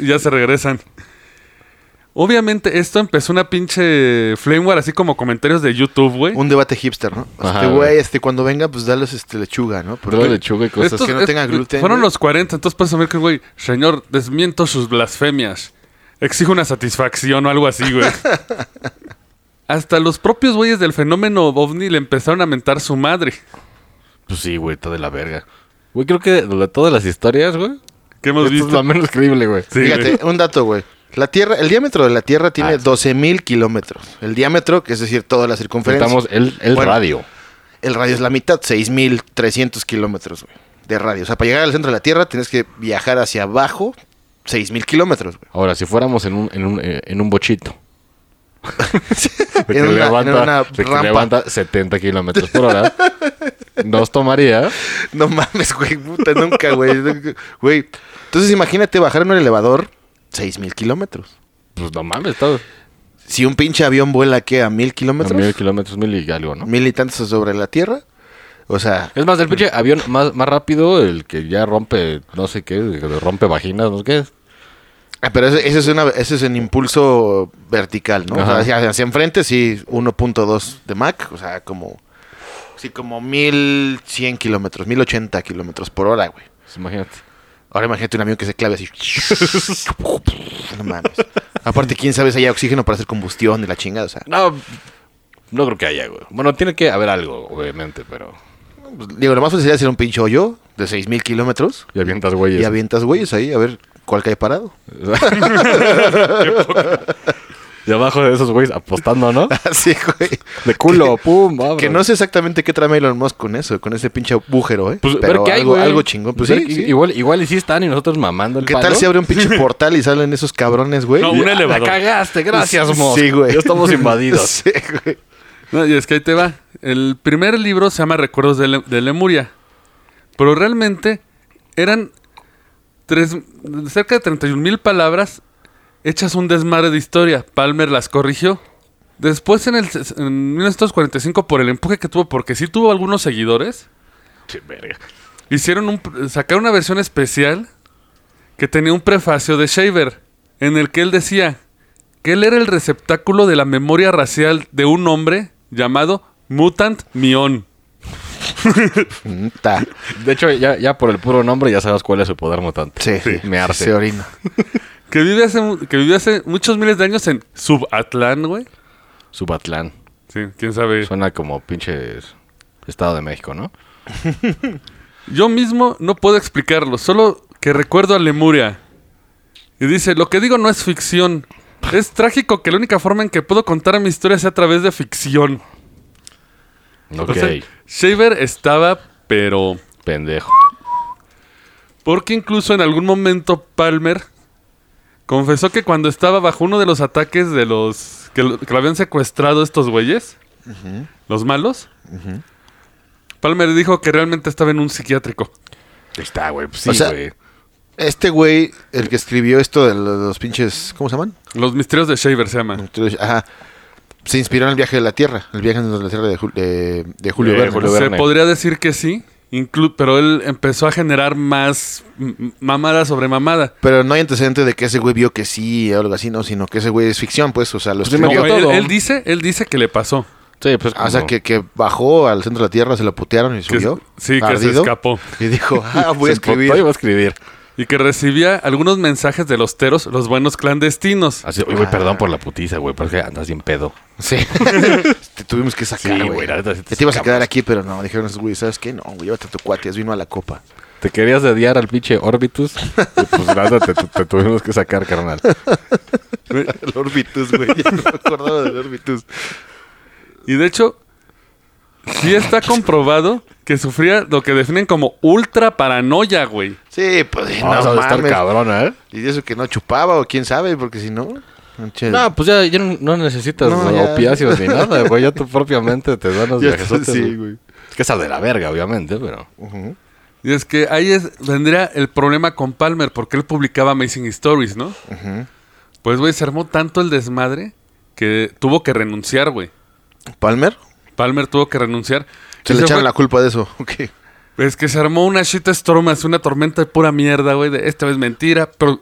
S2: Y ya se regresan. Obviamente, esto empezó una pinche flame war, así como comentarios de YouTube, güey.
S3: Un debate hipster, ¿no?
S4: Ajá,
S3: este, güey,
S4: güey.
S3: este, cuando venga, pues dales este, lechuga, ¿no? Porque-
S4: Pero lechuga y cosas.
S2: Estos-
S3: que no
S2: es-
S3: tengan gluten,
S2: Fueron
S3: güey.
S2: los 40, entonces puedes saber que, güey, señor, desmiento sus blasfemias. Exijo una satisfacción o algo así, güey. Hasta los propios güeyes del fenómeno ovni le empezaron a mentar su madre.
S4: Pues sí, güey, está de la verga. Güey, creo que de todas las historias, güey,
S2: Que hemos
S4: esta es la
S2: visto.
S4: menos creíble, güey.
S2: Sí, güey.
S3: Fíjate, un dato, güey. La Tierra, el diámetro de la Tierra tiene
S4: Ah.
S3: 12.000 kilómetros. El diámetro, que es decir, toda la circunferencia.
S4: Estamos el, el
S3: Bueno,
S4: radio.
S3: El radio es la mitad, 6.300 kilómetros, güey, de radio. O sea, para llegar al centro de la Tierra tienes que viajar hacia abajo 6.000 kilómetros, güey.
S4: Ahora, si fuéramos en un, en un, eh, en un bochito. de que
S3: En una-
S4: levanta,
S3: en una
S4: de que
S3: rampa.
S4: levanta 70 kilómetros por hora. nos tomaría.
S3: No mames, güey, puta, nunca, güey. nunca, Güey, entonces imagínate bajar en un elevador 6.000 kilómetros.
S4: Pues no mames, está.
S3: Si un pinche avión vuela, ¿qué? ¿A 1.000
S4: A
S3: kilómetros?
S4: mil kilómetros, mil y algo, ¿no?
S3: Mil y tantos sobre la Tierra. O sea,
S4: Es más, del pinche avión más, más rápido, el que ya rompe, no sé qué, el que rompe vaginas, no sé qué.
S3: Ah, Pero ese, ese es una, ese es un impulso vertical, ¿no? O sea,
S4: Ajá.
S3: hacia, hacia enfrente, sí, 1.2 de Mach, o sea, como... Sí, como 1100 kilómetros, 1080 kilómetros por hora, güey.
S4: Pues imagínate.
S3: Ahora imagínate un avión que se clave así. no mames. Aparte, quién sabe si hay oxígeno para hacer combustión y la chingada, o sea.
S4: No, no creo que haya, güey. Bueno, tiene que haber algo, obviamente, pero.
S3: pues, digo, lo más fácil sería hacer un pinche hoyo de 6000 kilómetros
S4: Y avientas güeyes.
S3: y avientas güeyes ahí a ver cuál cae parado.
S4: Y abajo de esos güeyes apostando, ¿no?
S3: Así, güey.
S4: De culo, pum, vámonos.
S3: Que no sé exactamente qué trama Elon Musk con eso, con ese pinche agujero, ¿eh?
S4: Pues,
S3: Pero
S4: ver qué hay,
S3: algo,
S4: güey.
S3: algo chingón. Pues
S4: Ver
S3: sí,
S4: que-
S3: sí.
S4: Igual, igual y sí están y nosotros mamando el
S3: ¿Qué
S4: palo.
S3: tal si abre un pinche portal y salen esos cabrones, güey?
S2: No, un
S4: Ah, La
S2: elevador.
S4: cagaste, gracias, Mos.
S3: Sí, güey.
S4: Ya estamos invadidos.
S3: Sí, güey.
S2: No, y es que ahí te va. El primer libro se llama Recuerdos de, Le- de Lemuria. Pero realmente eran tres- cerca de 31 mil palabras hechas un desmadre de historia. Palmer las corrigió. Después, en, el, ses- en 1945, por el empuje que tuvo, porque sí tuvo algunos seguidores,
S4: Che, verga.
S2: hicieron un, pr- sacaron una versión especial que tenía un prefacio de Shaver, en el que él decía que él era el receptáculo de la memoria racial de un hombre llamado Mutant Mion.
S3: Mm, ta.
S4: De hecho, ya, ya por el puro nombre ya sabes cuál es su poder mutante.
S3: Sí, sí.
S4: Me arce.
S3: Se orina.
S2: Que vive hace, mu- que vivió hace muchos miles de años en Subatlán, güey.
S4: Subatlán.
S2: Sí, quién sabe.
S4: Suena como pinches Estado de México, ¿no?
S2: Yo mismo no puedo explicarlo, solo que recuerdo a Lemuria. Y dice, lo que digo no es ficción. Es trágico que la única forma en que puedo contar mi historia sea a través de ficción.
S4: Ok.
S2: O sea, Shaver estaba, pero...
S4: Pendejo.
S2: Porque incluso en algún momento Palmer confesó que cuando estaba bajo uno de los ataques de los... que lo, que lo habían secuestrado estos güeyes, los malos, Palmer dijo que realmente estaba en un psiquiátrico.
S4: Ahí está, güey. Pues
S3: O
S4: sí,
S3: sea-
S4: güey.
S3: Este güey, el que escribió esto de los, los pinches... ¿Cómo se llaman?
S2: Los misterios de Shaver se llaman.
S3: Ajá. Se inspiró en el viaje de la Tierra. El viaje de la Tierra de, Jul- de- de Julio
S4: De
S3: Verne.
S4: Eh, Julio
S2: Se
S4: Verne.
S2: podría decir que sí, Inclu- pero él empezó a generar más mm, mamada sobre mamada.
S3: Pero no hay antecedente de que ese güey vio que sí o algo así, no, sino que ese güey es ficción, pues, o sea, lo
S4: Pues me
S2: No,
S3: escribió.
S4: vio
S2: él,
S4: todo.
S2: él dice, él dice que le pasó.
S4: Sí, pues.
S3: Ah, O sea, que, que bajó al centro de la tierra, se lo putearon y
S2: Que-
S3: subió.
S2: sí, que se
S3: ardido,
S2: escapó.
S3: Y dijo, ah, voy a
S4: Voy
S3: escribir.
S4: a escribir.
S2: Y que recibía algunos mensajes de los teros, los buenos clandestinos.
S4: Así, oye, güey, perdón por la putiza, güey, pero es que andas bien pedo.
S3: Sí. te tuvimos que sacar,
S4: Sí,
S3: güey.
S4: güey, la neta, sí te
S3: te, ibas a
S4: sacamos.
S3: quedar aquí, pero no, dijeron esos güey, ¿sabes qué? No, güey, llévate a tu cuate, es vino a la copa.
S4: Te querías dediar al pinche Orbitus. y pues nada, te, te tuvimos que sacar, carnal.
S3: El Orbitus, güey, ya no me acordaba del Orbitus.
S2: Y de hecho, sí está comprobado que sufría lo que definen como ultra paranoia, güey.
S3: Sí, pues, no
S4: Vamos a estar
S3: mames.
S4: cabrón, ¿eh?
S3: Y eso que no chupaba o quién sabe, porque si no... che,
S4: No, pues ya, ya no, no necesitas
S3: No, ya.
S4: opiáceos ni nada, güey. Ya tu propia mente te da los
S3: ya
S4: viajesotes,
S3: está- sí,
S4: güey.
S3: güey.
S4: Es que esa de la verga, obviamente, pero.
S3: Ujú.
S2: Y es que ahí es, vendría el problema con Palmer, porque él publicaba Amazing Stories, ¿no? Pues, güey, se armó tanto el desmadre que tuvo que renunciar, güey.
S3: ¿Palmer?
S2: Palmer tuvo que renunciar.
S3: Se
S2: Y
S3: le
S2: se
S3: echaron
S2: fue-
S3: la culpa de eso. Ok.
S2: Es que se armó una shitstorm, así una tormenta de pura mierda, güey. de Esta vez mentira. Pero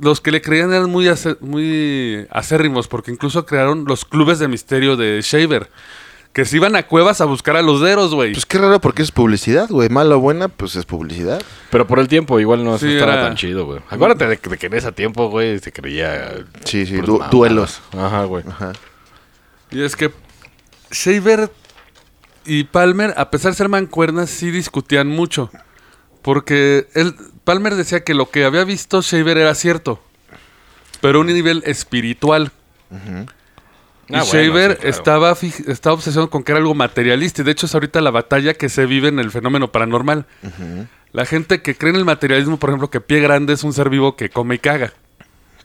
S2: los que le creían eran muy, ace- muy acérrimos, porque incluso crearon los clubes de misterio de Shaver. Que se iban a cuevas a buscar a los deros, güey.
S3: Pues qué raro porque es publicidad, güey. Mala o buena, pues es publicidad.
S4: Pero por el tiempo, igual no
S2: Sí,
S4: estaba
S2: era-
S4: tan chido, güey. Acuérdate de que, de que en ese tiempo, güey, se creía.
S3: Sí, sí,
S4: puras
S3: du-
S4: mamadas.
S3: duelos. Ah.
S4: Ajá, güey. Ah,
S3: Ajá.
S2: Y es que Shaver y Palmer, a pesar de ser mancuernas, sí discutían mucho. Porque él, Palmer decía que lo que había visto Shaver era cierto. Pero a un nivel espiritual. Y
S4: Ah, bueno,
S2: Shaver
S4: sí, claro.
S2: estaba, fij- estaba obsesionado con que era algo materialista. Y de hecho es ahorita la batalla que se vive en el fenómeno paranormal. La gente que cree en el materialismo, por ejemplo, que Pie Grande es un ser vivo que come y caga.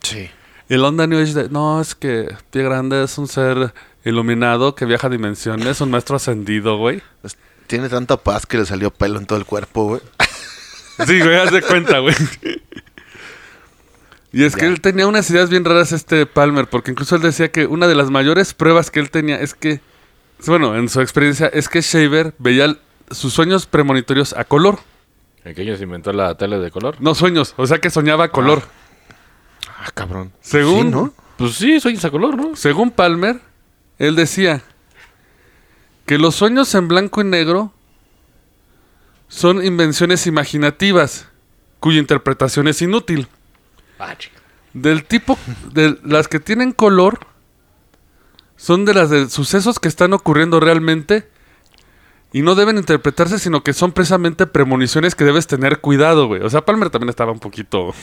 S3: Sí.
S2: Y El onda New Age de, no, es que Pie Grande es un ser iluminado que viaja a dimensiones, un maestro ascendido, güey.
S3: Es- Pues, Tiene tanta paz que le salió pelo en todo el cuerpo, güey.
S2: Sí, güey, haz de cuenta, güey. Y es que él tenía unas ideas bien raras este Palmer, porque incluso él decía que una de las mayores pruebas que él tenía es que, bueno, en su experiencia, es que Shaver veía l- sus sueños premonitorios a color.
S4: ¿En qué año se inventó la tele de color?
S2: No sueños, o sea que soñaba a color.
S3: Ah, cabrón.
S2: Según,
S3: Sí, ¿no?
S4: Pues sí, soy esa color, ¿no?
S2: según Palmer, él decía que los sueños en blanco y negro son invenciones imaginativas, cuya interpretación es inútil.
S4: Ah, chica.
S2: Del tipo, de las que tienen color, son de las de sucesos que están ocurriendo realmente y no deben interpretarse, sino que son precisamente premoniciones que debes tener cuidado, güey. O sea, Palmer también estaba un poquito...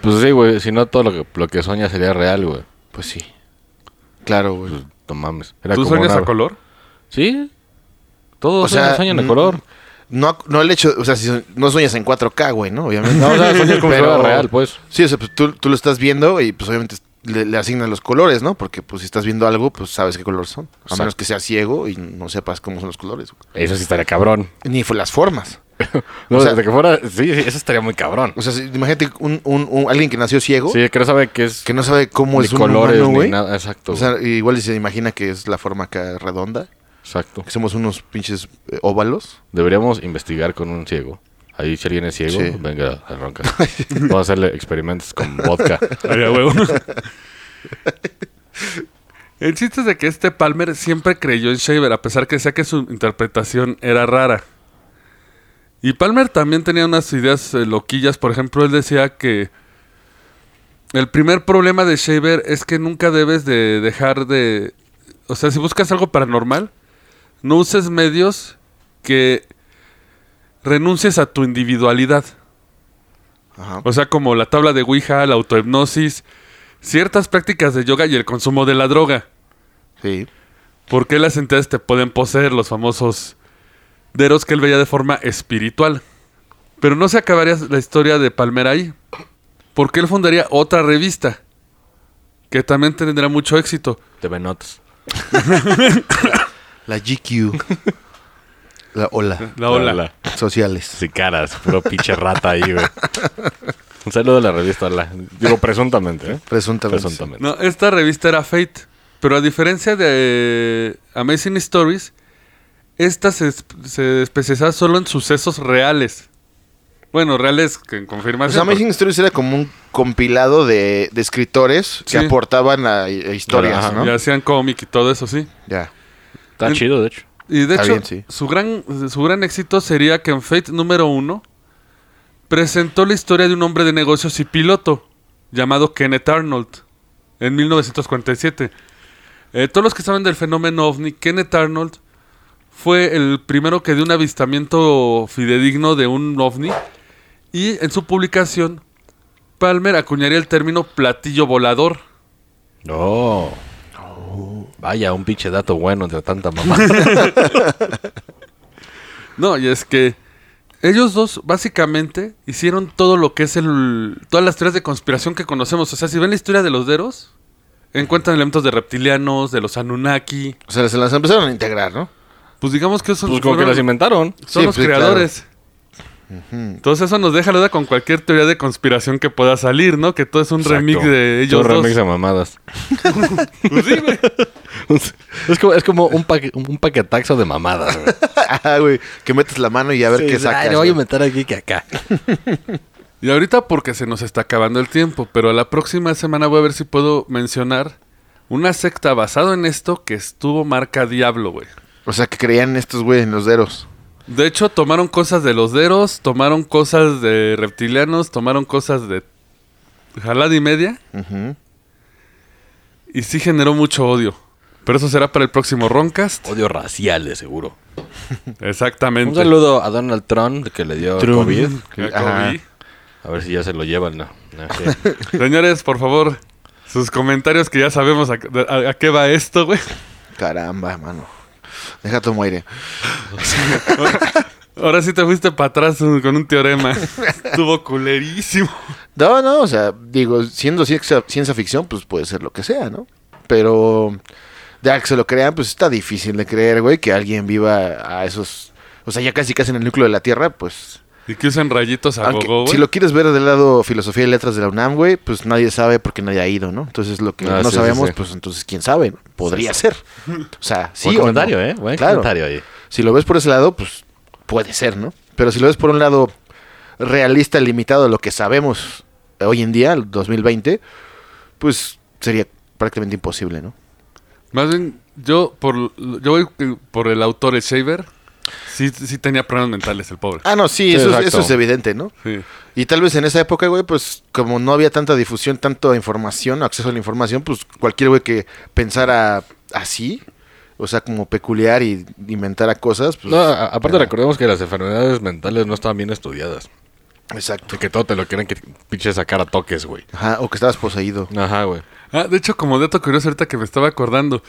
S4: Pues sí, güey. Si no, todo lo que, lo que soñas sería real, güey.
S3: Pues sí. Claro, güey.
S4: Pues, no mames. Era
S2: ¿Tú
S4: como
S2: sueñas
S4: una-
S2: a color?
S4: Sí. Todos sueñan- sueñan a
S3: mm,
S4: color.
S3: No, no el hecho, o sea, si son- no sueñas en 4K, güey, ¿no? Obviamente.
S4: No, o sea, sueñas como si fuera real, pues.
S3: Sí, o sea, pues tú, tú lo estás viendo y pues obviamente le, le asignan los colores, ¿no? Porque pues si estás viendo algo, pues sabes qué color son. A menos
S4: Exacto.
S3: que seas ciego y no sepas cómo son los colores. güey.
S4: Eso sí estaría cabrón.
S3: Ni fue las formas.
S4: No,
S3: O sea-
S4: desde que fuera. Sí, sí, eso estaría muy cabrón.
S3: O sea, si- imagínate un, un- un- alguien que nació ciego,
S4: Sí, que no sabe qué es.
S3: que no sabe cómo
S4: ni
S3: es un
S4: colores,
S3: humano,
S4: ni
S3: güey.
S4: nada. Exacto.
S3: O sea, igual y se imagina que es la forma acá redonda,
S4: exacto.
S3: que somos unos pinches eh, óvalos.
S4: Deberíamos investigar con un ciego. Ahí si alguien es ciego,
S3: Sí.
S4: venga a ronca. Vamos a hacerle experimentos con vodka.
S2: Ay, a huevo. El chiste es de que este Palmer siempre creyó en Shaver, a pesar que decía que su interpretación era rara. Y Palmer también tenía unas ideas eh, loquillas. Por ejemplo, él decía que el primer problema de Shaver es que nunca debes de dejar de... O sea, si buscas algo paranormal, no uses medios que renuncies a tu individualidad.
S3: Ajá.
S2: O sea, como la tabla de Ouija, la autohipnosis, ciertas prácticas de yoga y el consumo de la droga.
S3: Sí.
S2: Porque las entidades te pueden poseer los famosos deros que él veía de forma espiritual. Pero no se acabaría la historia de Palmer ahí. Porque él fundaría otra revista. Que también tendrá mucho éxito.
S4: Te venotas.
S3: La GQ. la ola.
S2: La ola.
S3: Sociales.
S4: Sí, caras. Puro pinche rata ahí, güey. Un saludo a la revista Hola. Digo, presuntamente, ¿eh?
S3: Presuntamente.
S4: Presuntamente.
S2: No, esta revista era Fate. Pero a diferencia de Amazing eh, Stories, esta se, es- se especializa solo en sucesos reales. Bueno, reales que en
S3: Pues
S2: confirmación.
S3: Amazing Stories era como un compilado de, de escritores que
S2: Sí.
S3: aportaban a, a historias,
S4: Ajá,
S3: ¿no?
S2: Y
S3: Ya.
S2: hacían cómic y todo eso, sí.
S4: Está
S2: En-
S4: chido, de hecho.
S2: Y de
S3: Está
S2: hecho,
S3: bien, sí.
S2: su, gran, su gran éxito sería que en Fate número uno presentó la historia de un hombre de negocios y piloto llamado Kenneth Arnold en 1947. Eh, todos los que saben del fenómeno ovni, Kenneth Arnold fue el primero que dio un avistamiento fidedigno de un ovni y en su publicación Palmer acuñaría el término platillo volador.
S4: No. Oh. Vaya, un pinche dato bueno entre tanta mamá.
S2: No, y es que ellos dos básicamente hicieron todo lo que es el... Todas las teorías de conspiración que conocemos. O sea, si ven la historia de los Deros, encuentran elementos de reptilianos, de los Anunnaki.
S3: O sea, se las empezaron a integrar, ¿no?
S2: Pues digamos que esos
S4: pues como que
S2: fueron-
S4: las inventaron.
S2: son
S3: Sí,
S2: los
S3: pues, claro.
S2: creadores. Entonces eso nos deja la duda con cualquier teoría de conspiración que pueda salir, ¿no? Que todo es un
S4: Exacto.
S2: remix de ellos
S4: Un
S2: dos.
S4: remix a mamadas.
S2: Pues sí, güey.
S4: es, como, es como un, paque, un paquetaxo de mamadas. güey.
S3: Ah, güey, que metes la mano y a ver
S4: Sí,
S3: qué
S4: dices, "Ay,
S3: sacas.
S4: le voy a
S3: güey".
S4: meter aquí que acá.
S2: Y ahorita porque se nos está acabando el tiempo, pero la próxima semana voy a ver si puedo mencionar una secta basada en esto que estuvo marca Diablo, güey.
S3: O sea, que creían estos güeyes en los deros.
S2: De hecho, tomaron cosas de los deros, tomaron cosas de reptilianos, tomaron cosas de jalada y media.
S3: Ujú.
S2: Y sí generó mucho odio. Pero eso será para el próximo Roncast.
S4: Odio racial, de seguro. Un
S2: Exactamente.
S4: saludo a Donald Trump que le dio COVID.
S2: Que
S3: Ajá.
S2: COVID.
S4: A ver si ya se lo llevan. No. No, sí.
S2: Señores, por favor, sus comentarios que ya sabemos a, a- a qué va esto, güey.
S3: Caramba, mano. Deja tu aire.
S2: Ahora sí te fuiste para atrás uh, con un teorema. Estuvo culerísimo.
S3: No, no, o sea, digo, siendo ciencia, ciencia ficción, pues puede ser lo que sea, ¿no? Pero ya que se lo crean, pues está difícil de creer, güey, que alguien viva a esos... O sea, ya casi casi en el núcleo de la Tierra, pues...
S2: Y que usan rayitos a
S3: aunque-
S2: gogo, güey.
S3: si lo quieres ver del lado filosofía y letras de la UNAM, güey, pues nadie sabe porque nadie ha ido, ¿no? Entonces lo que
S4: Ah,
S3: no
S4: sí, sí,
S3: sabemos,
S4: sí.
S3: pues entonces quién sabe, ¿no? podría ser. O sea, sí
S4: Buen
S3: o no.
S4: comentario, ¿eh? Buen
S3: Claro.
S4: comentario ahí.
S3: Si lo ves por ese lado, pues puede ser, ¿no? Pero si lo ves por un lado realista, limitado a lo que sabemos eh, hoy en día, el 2020, pues sería prácticamente imposible, ¿no?
S2: Más bien, yo por yo voy eh, por el autor el Shaver. Sí, sí tenía problemas mentales el pobre.
S3: Ah, no, sí,
S4: Sí,
S3: eso, es-
S4: exacto.
S3: eso es evidente, ¿no?
S2: Sí.
S3: Y tal vez en esa época, güey, pues como no había tanta difusión, tanta información, acceso a la información, pues cualquier güey que pensara así, o sea, como peculiar y inventara cosas, pues...
S4: No, a- aparte
S3: era-
S4: recordemos que las enfermedades mentales no estaban bien estudiadas.
S3: Exacto.
S4: De que todo te lo quieren que pinche sacar a toques, güey.
S3: Ajá, o que estabas poseído.
S4: Ajá, güey.
S2: Ah, de hecho, como dato curioso ahorita que me estaba acordando,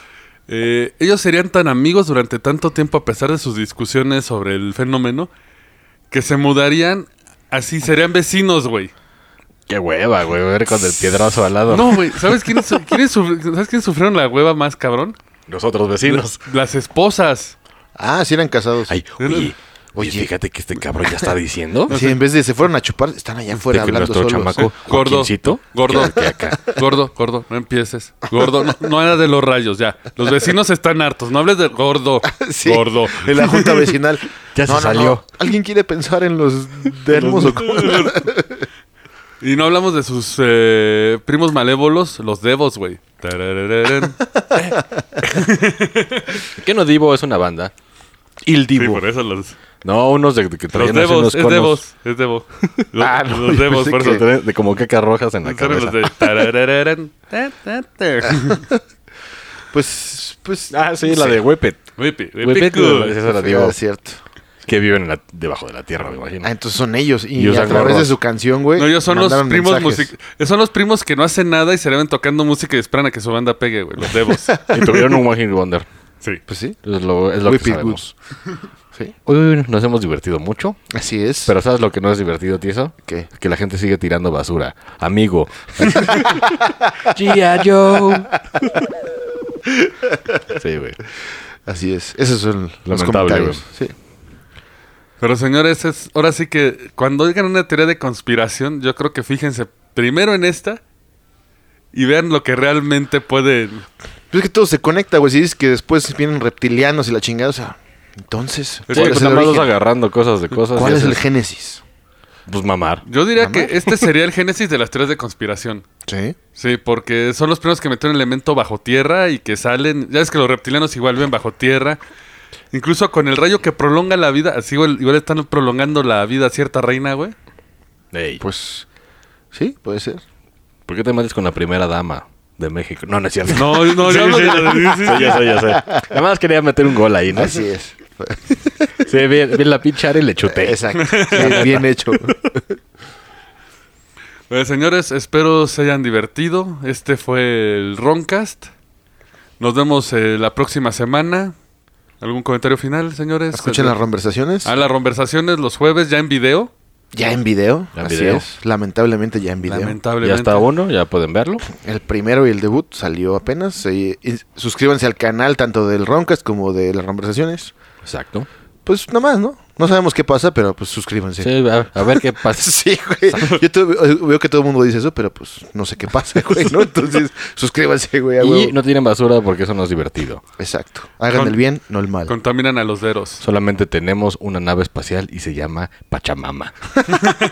S2: eh, ellos serían tan amigos durante tanto tiempo a pesar de sus discusiones sobre el fenómeno que se mudarían así, serían vecinos, güey.
S4: Qué hueva, güey. Ver con el piedrazo al lado.
S2: No, güey, ¿sabes quiénes, su- quiénes sufri- ¿sabes quiénes sufrieron la hueva más cabrón?
S4: Los otros vecinos.
S2: Las esposas.
S3: Ah, sí eran casados.
S4: Ay, oye. Oye,
S3: Oye.
S4: fíjate que este cabrón ya está diciendo
S3: Sí, en vez de se fueron a chupar, están allá afuera
S4: de que
S3: hablando
S4: nuestro
S3: solos.
S4: chamaco
S2: Gordo.
S4: Joaquincito,
S2: Gordo.
S4: que- que acá.
S2: Gordo, gordo, no empieces. Gordo, no, no era de los rayos, ya. Los vecinos están hartos, no hables de gordo.
S3: Sí,
S2: Gordo.
S3: En la junta vecinal.
S4: Ya se salió.
S3: ¿Alguien quiere pensar en los dermos o cómo?
S2: Y no hablamos de sus eh, primos malévolos, los devos, güey. Tarararán.
S4: ¿Qué no Divo es una banda? Il
S2: Sí,
S4: Divo.
S2: por eso los,
S4: no, unos de, que
S2: los
S4: traían así
S2: devos,
S4: unos
S2: es
S4: conos
S2: devos, es devo. Los,
S3: Ah, no,
S2: los
S3: yo
S2: devos,
S3: pensé
S2: por
S3: que-
S2: eso.
S4: de, de como quecas rojas en la
S2: Saben
S4: cabeza.
S2: los de tarararán, ta, ta, ta.
S3: Pues, pues...
S4: Ah, sí, la de Whippet.
S2: Whippy, whippy
S4: Whippet,
S2: cool.
S4: esa la
S3: Ah,
S4: Divo.
S3: es cierto.
S4: Que viven en la- debajo de la tierra, me imagino.
S3: Ah, entonces son ellos. Y,
S4: Y usan
S3: a través
S4: gorros.
S3: de su canción, güey.
S2: No, ellos son los
S3: mandaron
S2: primos
S3: mensajes.
S2: music- Son los primos que no hacen nada y se le ven tocando música y esperan a que su banda pegue, güey. Los devos.
S4: Y tuvieron un One Hit Wonder.
S2: Sí.
S3: Pues sí.
S4: Es lo, es lo que
S3: Whippy
S4: sabemos.
S3: Sí.
S4: Uy, uy, uy, nos hemos divertido mucho.
S3: Así es.
S4: Pero ¿sabes lo que no es divertido, Tieso?
S3: ¿Qué?
S4: Que la gente sigue tirando basura. Amigo. Gia Joe. Sí, güey.
S3: Así es. Esos son los
S4: Lamentable,
S3: comentarios. Sí.
S2: Pero señores, es, ahora sí que cuando oigan una teoría de conspiración, yo creo que fíjense primero en esta y vean lo que realmente pueden.
S3: Pues Pero es que todo se conecta, güey. Si dices que después vienen reptilianos y la chingada, o sea, Entonces,
S2: Sí,
S4: Sí,
S3: ¿cuál
S4: pues
S3: es
S4: nada
S3: el
S4: más vas
S3: origen?
S4: agarrando cosas de cosas.
S3: ¿Cuál
S4: y
S3: es el
S4: haces,
S3: génesis?
S4: Pues mamar.
S2: Yo diría
S3: Mamá.
S2: que este sería el génesis de las teorías de conspiración.
S3: Sí.
S2: Sí, porque son los primeros que meten el elemento bajo tierra y que salen. Ya ves que los reptilianos igual ven bajo tierra. Incluso con el rayo que prolonga la vida, así igual, igual están prolongando la vida a cierta reina, güey.
S4: Ey,
S3: Pues, sí, puede ser.
S4: ¿Por qué te metes con la primera dama de México? No, no es cierto.
S2: No, no, yo hablo de-
S4: Sí, ya sé, ya sé. Nada más quería meter un gol ahí, ¿no?
S3: Así es.
S4: Sí, bien, bien la pinche área y le chuté.
S3: Exacto. Sí, bien hecho.
S2: Pues, señores, espero se hayan divertido. Este fue el Roncast. Nos vemos eh, la próxima semana. ¿Algún comentario final, señores?
S3: Escuchen las conversaciones.
S2: A las conversaciones los jueves, ya en video.
S3: Ya en video.
S4: Ya en
S3: así
S4: video.
S3: es. Lamentablemente ya en video.
S4: Ya
S2: Lamentablemente.
S4: está uno, ya pueden verlo.
S3: El primero y el debut salió apenas. y- y suscríbanse al canal tanto del Roncast como de las conversaciones.
S4: Exacto.
S3: Pues nada más, ¿no? No sabemos qué pasa, pero pues suscríbanse.
S4: Sí, a, a ver qué pasa.
S3: Sí, güey. Yo te- veo que todo el mundo dice eso, pero pues no sé qué pasa, güey, ¿no? Entonces, suscríbanse, güey. a
S4: Y
S3: huevo.
S4: no tienen basura porque eso no es divertido.
S3: Exacto. Hagan
S2: Con-
S3: el bien, no el mal.
S2: Contaminan a los deros.
S4: Solamente tenemos una nave espacial y se llama Pachamama.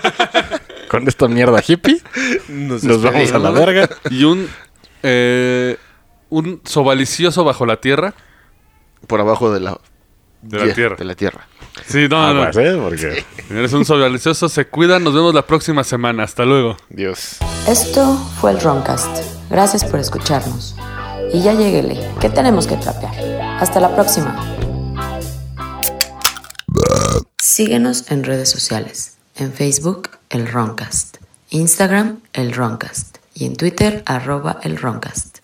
S4: Con esta mierda hippie, nos, vamos a la
S3: despedimos.
S4: verga.
S2: Y un. eh, un sobalicioso bajo la tierra.
S3: Por abajo de la,
S2: De la tierra.
S3: De la tierra.
S2: Sí, no, Ah, no.
S4: Aguas, ¿eh? Porque...
S2: Señores, un sobalicioso. Se cuidan. Nos vemos la próxima semana. Hasta luego.
S3: Dios.
S1: Esto fue el Roncast. Gracias por escucharnos. Y ya lleguele, que tenemos que trapear. Hasta la próxima. Síguenos en redes sociales. En Facebook, el Roncast. Instagram, el Roncast. Y en Twitter, arroba el Roncast.